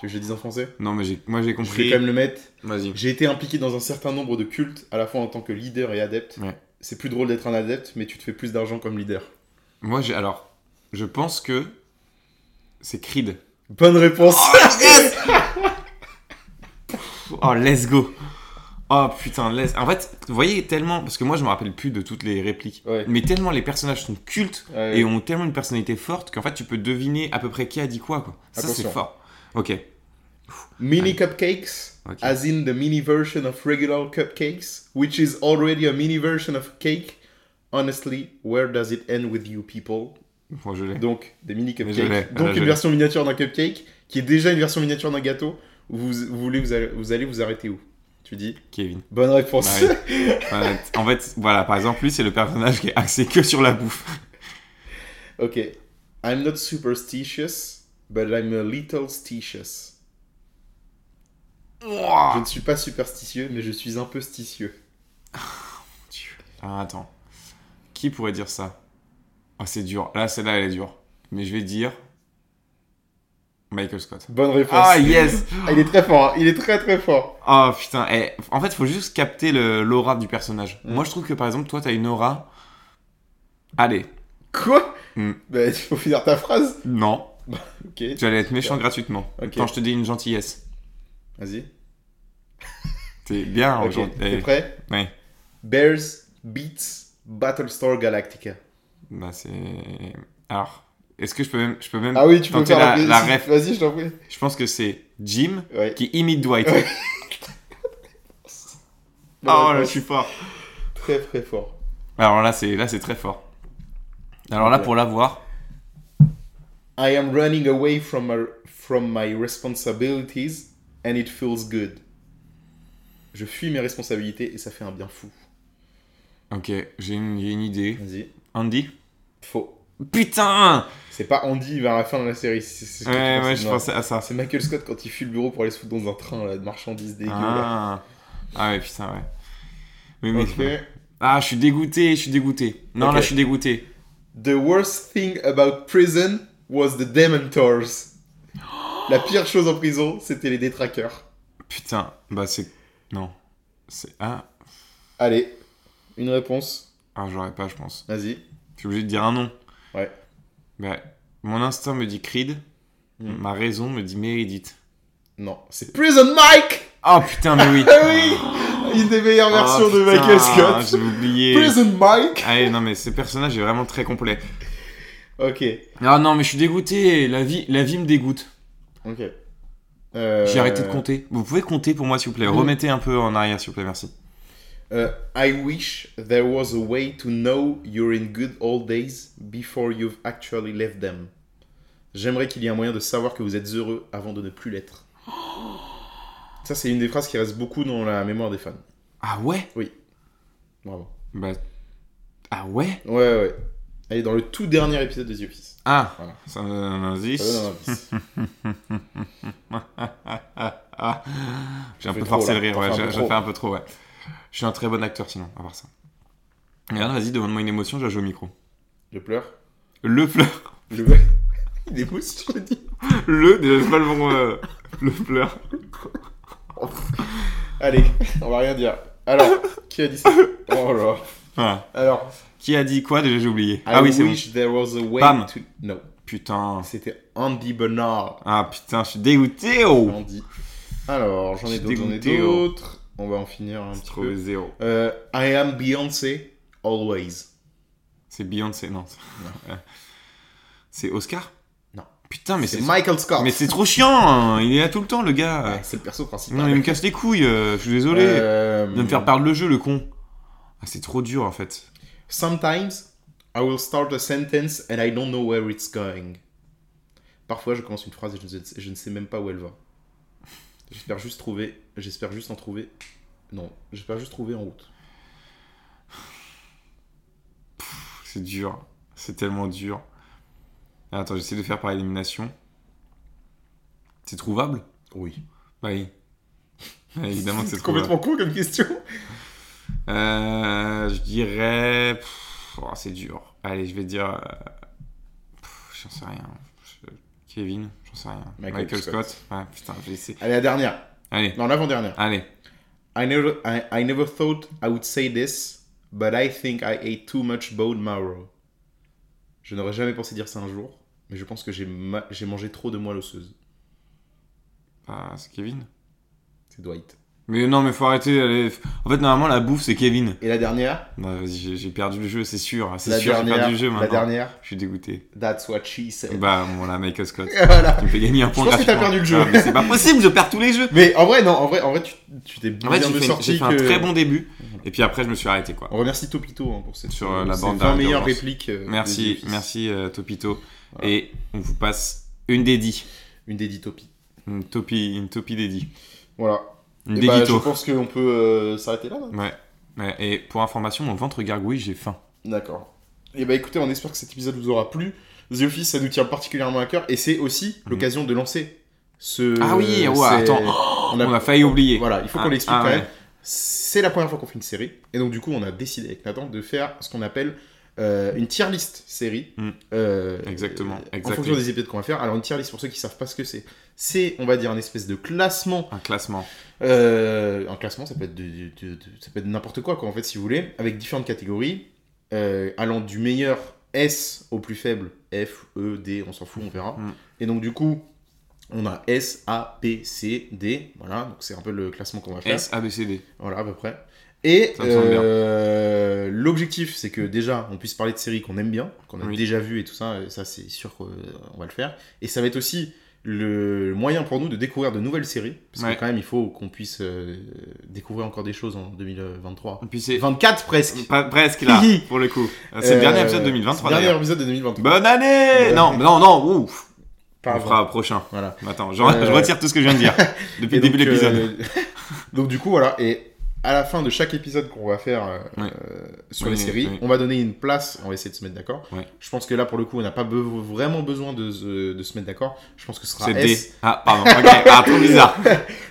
Speaker 4: Tu veux que je le dise en français
Speaker 3: Non, mais j'ai- moi j'ai
Speaker 4: Je vais
Speaker 3: compris.
Speaker 4: quand même le mettre.
Speaker 3: Vas-y.
Speaker 4: J'ai été impliqué dans un certain nombre de cultes, à la fois en tant que leader et adepte.
Speaker 3: Ouais.
Speaker 4: C'est plus drôle d'être un adepte, mais tu te fais plus d'argent comme leader.
Speaker 3: Moi, j'ai alors, je pense que c'est Creed.
Speaker 4: Bonne réponse
Speaker 3: Oh, let's go. Oh putain, let's. En fait, vous voyez tellement, parce que moi, je me rappelle plus de toutes les répliques,
Speaker 4: <laughs> Ouais.
Speaker 3: mais tellement les personnages sont cultes
Speaker 4: Ouais.
Speaker 3: et ont tellement une personnalité forte qu'en fait, tu peux deviner à peu près qui a dit quoi. quoi. Ça, c'est
Speaker 4: Attention.
Speaker 3: fort. Ok.
Speaker 4: Mini cupcakes,
Speaker 3: Ok.
Speaker 4: as in the mini version of regular cupcakes, which is already a mini version of cake. Honestly, where does it end with
Speaker 3: <laughs>
Speaker 4: you people?
Speaker 3: Bon, je l'ai.
Speaker 4: Donc, des mini
Speaker 3: Mais je l'ai,
Speaker 4: cupcakes.
Speaker 3: là,
Speaker 4: Donc,
Speaker 3: je
Speaker 4: une
Speaker 3: l'ai.
Speaker 4: version miniature d'un cupcake, qui est déjà une version miniature d'un gâteau. Vous, vous, voulez, vous, allez, vous allez vous arrêter où? Tu dis
Speaker 3: Kevin.
Speaker 4: Bonne réponse.
Speaker 3: Bah oui. Voilà. en fait, voilà, par exemple, lui, c'est le personnage qui est axé que sur la bouffe.
Speaker 4: <laughs> ok. I'm not superstitious, but I'm a little stitious. Je ne suis pas superstitieux, mais je suis un peu stitieux.
Speaker 3: Ah, attends. Qui pourrait dire ça Ah, c'est dur. Là, celle-là, elle est dure. Mais je vais dire. Michael Scott.
Speaker 4: Bonne réponse.
Speaker 3: Ah, yes
Speaker 4: Ah, Il est très fort, hein. il est très très fort.
Speaker 3: Oh putain, eh, en fait, faut juste capter le- l'aura du personnage.
Speaker 4: Mm.
Speaker 3: Moi, je trouve que par exemple, toi, t'as une aura. Allez,
Speaker 4: Quoi
Speaker 3: Hmm.
Speaker 4: Bah, il faut finir ta phrase.
Speaker 3: non,
Speaker 4: Ok,
Speaker 3: tu allais être méchant gratuitement.
Speaker 4: Ok.
Speaker 3: Quand je te dis une gentillesse,
Speaker 4: vas-y.
Speaker 3: t'es bien
Speaker 4: Ok,
Speaker 3: aujourd'hui.
Speaker 4: t'es
Speaker 3: Eh,
Speaker 4: prêt
Speaker 3: ouais.
Speaker 4: Bears beats Battlestar Galactica.
Speaker 3: Bah, c'est. Alors, est-ce que je peux même. Je peux même
Speaker 4: Ah oui, tu peux
Speaker 3: tenter
Speaker 4: faire la,
Speaker 3: la, la
Speaker 4: si-
Speaker 3: ref.
Speaker 4: Vas-y, je t'en prie.
Speaker 3: Je pense que c'est Jim
Speaker 4: Ouais.
Speaker 3: qui imite Dwight.
Speaker 4: Ouais.
Speaker 3: <laughs> oh là, je
Speaker 4: réponse.
Speaker 3: suis fort.
Speaker 4: Très très fort.
Speaker 3: Alors là, c'est là, c'est très fort. Alors là,
Speaker 4: Ouais.
Speaker 3: pour l'avoir,
Speaker 4: I am running away from my, from my responsibilities and it feels good. Je fuis mes responsabilités et ça fait un bien fou.
Speaker 3: ok, j'ai une, j'ai une idée.
Speaker 4: Vas-y.
Speaker 3: Andy.
Speaker 4: Faux.
Speaker 3: Putain.
Speaker 4: C'est pas Andy vers la fin de la série. C'est, c'est ce que tu
Speaker 3: Ouais,
Speaker 4: pensais.
Speaker 3: ouais, je
Speaker 4: Non.
Speaker 3: pensais à ça.
Speaker 4: C'est Michael Scott quand il fuit le bureau pour aller se foutre dans un train là, de marchandises dégueu. là.
Speaker 3: Ah. Ah ouais, putain, ouais. Oui, mais...
Speaker 4: Ok.
Speaker 3: Ah, je suis dégoûté, je suis dégoûté. Non,
Speaker 4: Ok.
Speaker 3: là, je suis dégoûté.
Speaker 4: The worst thing about prison was the Dementors. La pire chose en prison, c'était les détraqueurs.
Speaker 3: Putain, bah c'est... Non. C'est... Ah.
Speaker 4: Allez, une réponse.
Speaker 3: ah, j'aurais pas, je pense.
Speaker 4: Vas-y.
Speaker 3: Je suis obligé de dire un nom.
Speaker 4: Ouais.
Speaker 3: Bah, mon instinct me dit Creed.
Speaker 4: Mm.
Speaker 3: Ma raison me dit Meredith.
Speaker 4: Non, c'est Prison Mike
Speaker 3: Oh putain, mais oui Oh,
Speaker 4: Ah <laughs> oui Une des meilleures versions de Michael Scott.
Speaker 3: Ah, J'ai oublié.
Speaker 4: Prison Mike
Speaker 3: Allez, Ah non, mais ce personnage est vraiment très complet.
Speaker 4: Ok.
Speaker 3: Ah non, mais je suis dégoûté. La vie, la vie me dégoûte.
Speaker 4: Ok. Euh,
Speaker 3: J'ai arrêté de compter. Vous pouvez compter pour moi, s'il vous plaît.
Speaker 4: Mm.
Speaker 3: Remettez un peu en arrière, s'il vous plaît, merci.
Speaker 4: euh, I wish there was a way to know you're in good old days before you've actually left them. J'aimerais qu'il y ait un moyen de savoir que vous êtes heureux avant de ne plus l'être. <gasps> Ça, c'est une des phrases qui reste beaucoup dans la mémoire des fans.
Speaker 3: Ah ouais
Speaker 4: Bravo.
Speaker 3: Bah. Ah ouais
Speaker 4: Ouais, ouais, ouais. Elle est dans le tout dernier épisode de The Office.
Speaker 3: Ah
Speaker 4: Voilà.
Speaker 3: Ça me donne un indice.
Speaker 4: Ça donne un
Speaker 3: <laughs>
Speaker 4: indice.
Speaker 3: Ah. J'ai un
Speaker 4: fais
Speaker 3: peu
Speaker 4: trop,
Speaker 3: forcé
Speaker 4: là.
Speaker 3: le rire,
Speaker 4: T'en
Speaker 3: ouais,
Speaker 4: fais un
Speaker 3: j'ai
Speaker 4: peu
Speaker 3: j'ai
Speaker 4: trop.
Speaker 3: fait un peu trop, ouais. Je suis un très bon acteur sinon, à part ça. Regarde, vas-y, demande-moi une émotion, je la joue au micro.
Speaker 4: Je pleure.
Speaker 3: Le fleur. <laughs>
Speaker 4: Je... <laughs> Il est beau ce que je dis.
Speaker 3: Le, déjà, c'est pas le bon. euh, le fleur.
Speaker 4: Allez, on va rien dire. Alors, qui a dit
Speaker 3: <laughs>
Speaker 4: ça Oh là.
Speaker 3: Voilà.
Speaker 4: Alors,
Speaker 3: Qui a dit quoi Déjà, j'ai oublié.
Speaker 4: I
Speaker 3: ah oui, c'est bon.
Speaker 4: wish there was a way
Speaker 3: Pam.
Speaker 4: to. No,
Speaker 3: Putain.
Speaker 4: c'était Andy Bernard.
Speaker 3: Ah putain, je suis dégoûté, oh
Speaker 4: Andy. Alors, j'en
Speaker 3: Je
Speaker 4: ai
Speaker 3: suis
Speaker 4: d'autres, j'en ai
Speaker 3: dégoûté, oh.
Speaker 4: d'autres. On va en finir un
Speaker 3: C'est
Speaker 4: petit
Speaker 3: trop
Speaker 4: peu.
Speaker 3: zéro.
Speaker 4: Euh, I am Beyoncé always.
Speaker 3: C'est Beyoncé, non. c'est- <laughs> C'est Oscar
Speaker 4: Non.
Speaker 3: Putain, mais
Speaker 4: c'est
Speaker 3: c'est.
Speaker 4: Michael Scott.
Speaker 3: Mais c'est trop chiant, hein. il est là tout le temps, le gars.
Speaker 4: Ouais, c'est le perso principal.
Speaker 3: Non, il me casse les couilles, euh, je suis désolé.
Speaker 4: Euh,
Speaker 3: Il va me faire perdre le jeu, le con. Ah, c'est trop dur en fait.
Speaker 4: Sometimes I will start a sentence and I don't know where it's going. Parfois, je commence une phrase et je ne sais, je ne sais même pas où elle va. J'espère juste trouver. J'espère juste en trouver. Non, j'espère juste trouver en route.
Speaker 3: C'est dur. C'est tellement dur. Ah, Attends, j'essaie de faire par élimination. C'est trouvable
Speaker 4: Oui.
Speaker 3: Bah oui. <laughs> Ouais, évidemment que c'est
Speaker 4: <laughs> C'est
Speaker 3: trouvable.
Speaker 4: complètement con comme question.
Speaker 3: Euh, je dirais. pff, oh, c'est dur. Allez, je vais dire. euh, pff, J'en sais rien. Je- Kevin J'en sais rien.
Speaker 4: Michael
Speaker 3: Scott, Ouais, putain, j'ai essayé.
Speaker 4: Allez, la dernière.
Speaker 3: Allez,
Speaker 4: Non, l'avant-dernière.
Speaker 3: allez.
Speaker 4: I never, I, I never thought I would say this, but I think I ate too much bone marrow. Je n'aurais jamais pensé dire ça un jour, mais je pense que j'ai ma- j'ai mangé trop de moelle osseuse.
Speaker 3: Ah, c'est Kevin
Speaker 4: C'est Dwight.
Speaker 3: Mais non, mais faut arrêter. allez. En fait, normalement, la bouffe, c'est Kevin.
Speaker 4: Et la dernière
Speaker 3: Non, vas-y, j'ai- j'ai perdu le jeu, c'est sûr. C'est
Speaker 4: La
Speaker 3: sûr, j'ai
Speaker 4: dernière,
Speaker 3: perdu le jeu
Speaker 4: la
Speaker 3: maintenant.
Speaker 4: dernière,
Speaker 3: Je suis dégoûté.
Speaker 4: that's what she said.
Speaker 3: Bah, bon, là, Michael Scott.
Speaker 4: <laughs> Voilà.
Speaker 3: Tu me fais gagner un point
Speaker 4: pense que t'as
Speaker 3: gratuitement.
Speaker 4: perdu le jeu.
Speaker 3: Ah, mais c'est pas possible, je perds tous les jeux.
Speaker 4: Mais en vrai, non, en vrai, en vrai tu tu t'es bien
Speaker 3: En fait,
Speaker 4: mieux
Speaker 3: j'ai fait,
Speaker 4: sorti
Speaker 3: j'ai fait un
Speaker 4: que-
Speaker 3: très bon début. Et puis après, je me suis arrêté, quoi.
Speaker 4: On remercie Topito hein, pour cette
Speaker 3: Sur, euh, la
Speaker 4: ces
Speaker 3: bande
Speaker 4: 20
Speaker 3: d'arrêt
Speaker 4: meilleures
Speaker 3: d'urgence.
Speaker 4: répliques. euh, des
Speaker 3: Merci,
Speaker 4: Office.
Speaker 3: merci euh, Topito.
Speaker 4: Voilà.
Speaker 3: Et on vous passe une dédie.
Speaker 4: Une dédie Topi.
Speaker 3: Une topi, une topi dédie.
Speaker 4: Voilà.
Speaker 3: Une
Speaker 4: Eh ben,
Speaker 3: débito.
Speaker 4: je pense qu'on peut euh, s'arrêter là. non
Speaker 3: Ouais. Ouais, Et pour information, mon ventre gargouille, j'ai faim.
Speaker 4: D'accord. Et bah écoutez, on espère que cet épisode vous aura plu. The Office, ça nous tient particulièrement à cœur et c'est aussi
Speaker 3: Mhm.
Speaker 4: l'occasion de lancer ce.
Speaker 3: Ah oui, ouais,
Speaker 4: Euh, c'est-
Speaker 3: attends. Oh,
Speaker 4: on
Speaker 3: on a failli oublier.
Speaker 4: Voilà, il faut qu'on
Speaker 3: Ah,
Speaker 4: l'explique
Speaker 3: ah
Speaker 4: quand
Speaker 3: ouais.
Speaker 4: même. C'est la première fois qu'on fait une série et donc du coup, on a décidé avec Nathan de faire ce qu'on appelle euh, une tier list série.
Speaker 3: Mhm.
Speaker 4: euh,
Speaker 3: Exactement,
Speaker 4: euh, En
Speaker 3: exactement.
Speaker 4: fonction des épisodes qu'on va faire. Alors, une tier list pour ceux qui savent pas ce que c'est, c'est, on va dire, un espèce de classement
Speaker 3: Un classement.
Speaker 4: euh, un classement, ça peut être, de, de- de- de- ça peut être n'importe quoi, quoi, en fait, si vous voulez, avec différentes catégories, euh, allant du meilleur S au plus faible, F, E, D, on s'en fout, on verra.
Speaker 3: Mm.
Speaker 4: Et donc, du coup, on a S, A, P, C, D, voilà, donc c'est un peu le classement qu'on va faire.
Speaker 3: S, A, B, C, D.
Speaker 4: Voilà, à peu près. Et
Speaker 3: Ça me semble
Speaker 4: euh, l'objectif, c'est que déjà, on puisse parler de séries qu'on aime bien, qu'on a
Speaker 3: Oui.
Speaker 4: déjà vues et tout ça. et Ça, c'est sûr qu'on va le faire. Et ça va être aussi le moyen pour nous de découvrir de nouvelles séries. Parce
Speaker 3: Ouais.
Speaker 4: que quand même, il faut qu'on puisse euh, découvrir encore des choses en 2023.
Speaker 3: Et puis c'est.
Speaker 4: 24 presque.
Speaker 3: Pas- presque là,
Speaker 4: Hihi.
Speaker 3: pour le coup. C'est le dernier
Speaker 4: Euh,
Speaker 3: épisode
Speaker 4: c'est
Speaker 3: 2023
Speaker 4: le
Speaker 3: d'ailleurs.
Speaker 4: Dernier épisode de 2023.
Speaker 3: Bonne année
Speaker 4: Bonne
Speaker 3: Non,
Speaker 4: année.
Speaker 3: non, non, ouf.
Speaker 4: Pas
Speaker 3: on
Speaker 4: avant.
Speaker 3: fera au prochain.
Speaker 4: Voilà.
Speaker 3: Attends, je,
Speaker 4: Euh,
Speaker 3: je retire tout ce que je viens de
Speaker 4: <laughs>
Speaker 3: dire depuis
Speaker 4: Et
Speaker 3: le début de
Speaker 4: donc,
Speaker 3: l'épisode.
Speaker 4: euh, <laughs> donc du coup, voilà. Et à la fin de chaque épisode qu'on va faire euh,
Speaker 3: Ouais.
Speaker 4: euh, sur
Speaker 3: Oui,
Speaker 4: les séries,
Speaker 3: oui.
Speaker 4: on va donner une place. On va essayer de se mettre d'accord.
Speaker 3: Ouais.
Speaker 4: Je pense que là, pour le coup, on n'a pas be- vraiment besoin de, se- de se mettre d'accord. Je pense que ce sera
Speaker 3: C'est D.
Speaker 4: S.
Speaker 3: Ah, pardon, ok. Ah, trop bizarre.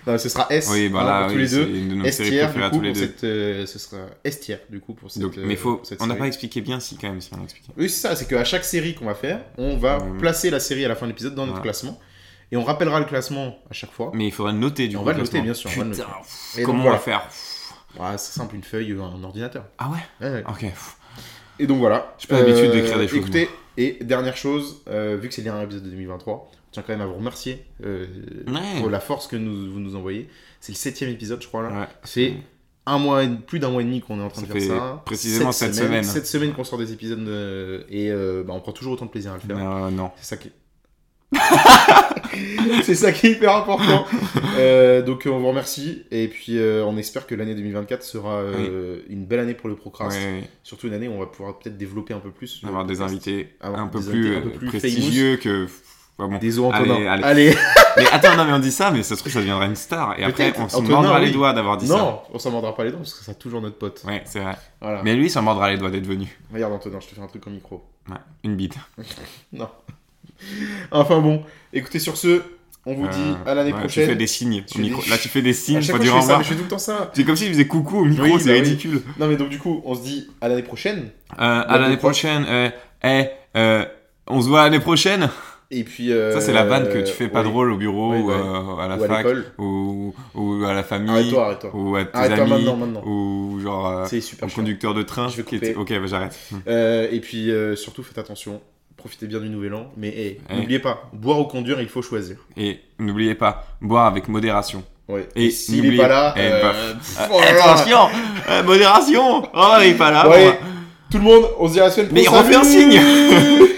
Speaker 4: Non, ce sera S
Speaker 3: Oui, bah
Speaker 4: hein,
Speaker 3: là,
Speaker 4: pour tous
Speaker 3: oui,
Speaker 4: les
Speaker 3: c'est
Speaker 4: deux.
Speaker 3: une de nos
Speaker 4: S
Speaker 3: séries
Speaker 4: tier,
Speaker 3: préférées
Speaker 4: du
Speaker 3: à
Speaker 4: coup,
Speaker 3: tous les
Speaker 4: pour
Speaker 3: deux.
Speaker 4: cette, euh, ce sera S tier, du coup, pour cette,
Speaker 3: Donc,
Speaker 4: euh,
Speaker 3: mais faut,
Speaker 4: pour cette
Speaker 3: on n'a
Speaker 4: série.
Speaker 3: pas expliqué bien si, quand même, si on a expliqué.
Speaker 4: Oui, c'est ça, c'est qu'à chaque série qu'on va faire, on va
Speaker 3: Mm.
Speaker 4: placer la série à la fin de l'épisode dans notre
Speaker 3: Voilà.
Speaker 4: classement. Et on rappellera le classement à chaque fois.
Speaker 3: Mais il faudrait le noter du
Speaker 4: On
Speaker 3: coup.
Speaker 4: va le
Speaker 3: le
Speaker 4: noter,
Speaker 3: classement.
Speaker 4: bien sûr, on va le
Speaker 3: Putain,
Speaker 4: noter.
Speaker 3: pff,
Speaker 4: Et donc,
Speaker 3: comment on
Speaker 4: voilà.
Speaker 3: va faire Pff,
Speaker 4: Bah, c'est simple, une feuille, un ordinateur.
Speaker 3: Ah ouais
Speaker 4: Ouais, ouais.
Speaker 3: Ok. pff.
Speaker 4: Et donc voilà. Euh,
Speaker 3: J'ai pas l'habitude d'écrire des choses,
Speaker 4: Écoutez, et dernière chose, euh, vu que c'est le dernier épisode de 2023, je tiens quand même à vous remercier euh,
Speaker 3: Ouais.
Speaker 4: pour la force que nous, vous nous envoyez. C'est le septième épisode, je crois là.
Speaker 3: Ouais.
Speaker 4: C'est un mois, et- plus d'un mois et demi qu'on est en train
Speaker 3: Ça
Speaker 4: de faire
Speaker 3: fait
Speaker 4: ça.
Speaker 3: précisément
Speaker 4: Sept
Speaker 3: sept
Speaker 4: semaines-
Speaker 3: semaines.
Speaker 4: Sept semaines qu'on sort des épisodes euh, et euh, bah, on prend toujours autant de plaisir à le faire.
Speaker 3: Euh, non.
Speaker 4: C'est ça qui est- <laughs> C'est ça qui est hyper important. Euh, donc euh, on vous remercie et puis euh, on espère que l'année 2024 sera euh, une belle année pour le Procrast.
Speaker 3: Ouais,
Speaker 4: Surtout une année où on va pouvoir peut-être développer un peu plus. le
Speaker 3: avoir des
Speaker 4: podcast.
Speaker 3: invités
Speaker 4: Avoir
Speaker 3: un peu
Speaker 4: des
Speaker 3: plus,
Speaker 4: invités un peu
Speaker 3: euh,
Speaker 4: plus
Speaker 3: prestigieux que. pff, ouais, bon.
Speaker 4: Des eaux Antonin.
Speaker 3: Allez,
Speaker 4: Allez,
Speaker 3: Mais attends, non, mais on dit ça, mais ça se trouve, ça deviendra une star. Et après,
Speaker 4: Peut-être.
Speaker 3: on se
Speaker 4: Antonin,
Speaker 3: mordra les
Speaker 4: oui.
Speaker 3: doigts d'avoir dit ça.
Speaker 4: Non, Ah. on s'en mordra pas les dents parce que ce sera toujours notre pote.
Speaker 3: Ouais, c'est vrai.
Speaker 4: Voilà.
Speaker 3: Mais lui, il s'en mordra les doigts d'être venu.
Speaker 4: Regarde Antonin, je te fais un truc au micro.
Speaker 3: Ouais, une bite.
Speaker 4: Non. enfin bon, écoutez sur ce, on vous dit
Speaker 3: Euh,
Speaker 4: à l'année
Speaker 3: ouais,
Speaker 4: prochaine.
Speaker 3: Tu fais des signes.
Speaker 4: Tu
Speaker 3: au micro.
Speaker 4: dis-
Speaker 3: Là, tu fais des signes
Speaker 4: à chaque
Speaker 3: pour
Speaker 4: fois, je
Speaker 3: dire
Speaker 4: fais
Speaker 3: au
Speaker 4: ça,
Speaker 3: revoir.
Speaker 4: mais je fais tout le temps ça.
Speaker 3: C'est comme s'il faisait coucou au micro,
Speaker 4: Oui,
Speaker 3: c'est
Speaker 4: bah oui.
Speaker 3: ridicule.
Speaker 4: Non mais donc du coup, on se dit à l'année prochaine.
Speaker 3: Euh,
Speaker 4: Bah,
Speaker 3: à l'année
Speaker 4: des fois.
Speaker 3: prochaine. euh, eh, euh, on se voit l'année prochaine.
Speaker 4: Et puis. euh,
Speaker 3: Ça, c'est la vanne que tu fais pas
Speaker 4: ouais.
Speaker 3: drôle au bureau
Speaker 4: Oui,
Speaker 3: ou,
Speaker 4: bah
Speaker 3: euh, à la
Speaker 4: Ou à
Speaker 3: fac
Speaker 4: l'école.
Speaker 3: ou, ou à la famille
Speaker 4: Arrête-toi, arrête-toi.
Speaker 3: ou à tes
Speaker 4: Arrête-toi
Speaker 3: amis
Speaker 4: maintenant, maintenant.
Speaker 3: ou genre euh,
Speaker 4: C'est
Speaker 3: au
Speaker 4: super chiant.
Speaker 3: conducteur de train.
Speaker 4: Je vais
Speaker 3: qui
Speaker 4: couper.
Speaker 3: était- Ok, bah, j'arrête.
Speaker 4: Euh, et puis euh, surtout, faites attention. Profitez bien du nouvel an. Mais hey,
Speaker 3: Eh.
Speaker 4: n'oubliez pas, boire ou conduire, il faut choisir.
Speaker 3: Et n'oubliez pas, boire avec modération.
Speaker 4: Ouais.
Speaker 3: Et
Speaker 4: s'il est
Speaker 3: n'oubliez-
Speaker 4: pas là,
Speaker 3: eh,
Speaker 4: euh,
Speaker 3: bah,
Speaker 4: pff,
Speaker 3: Euh,
Speaker 4: oh là là.
Speaker 3: attention, euh, modération. Oh, il est pas là.
Speaker 4: Ouais.
Speaker 3: bon.
Speaker 4: Tout le monde, on se dit à la semaine
Speaker 3: Mais
Speaker 4: prochaine.
Speaker 3: refais un
Speaker 4: Salut <laughs>
Speaker 3: signe.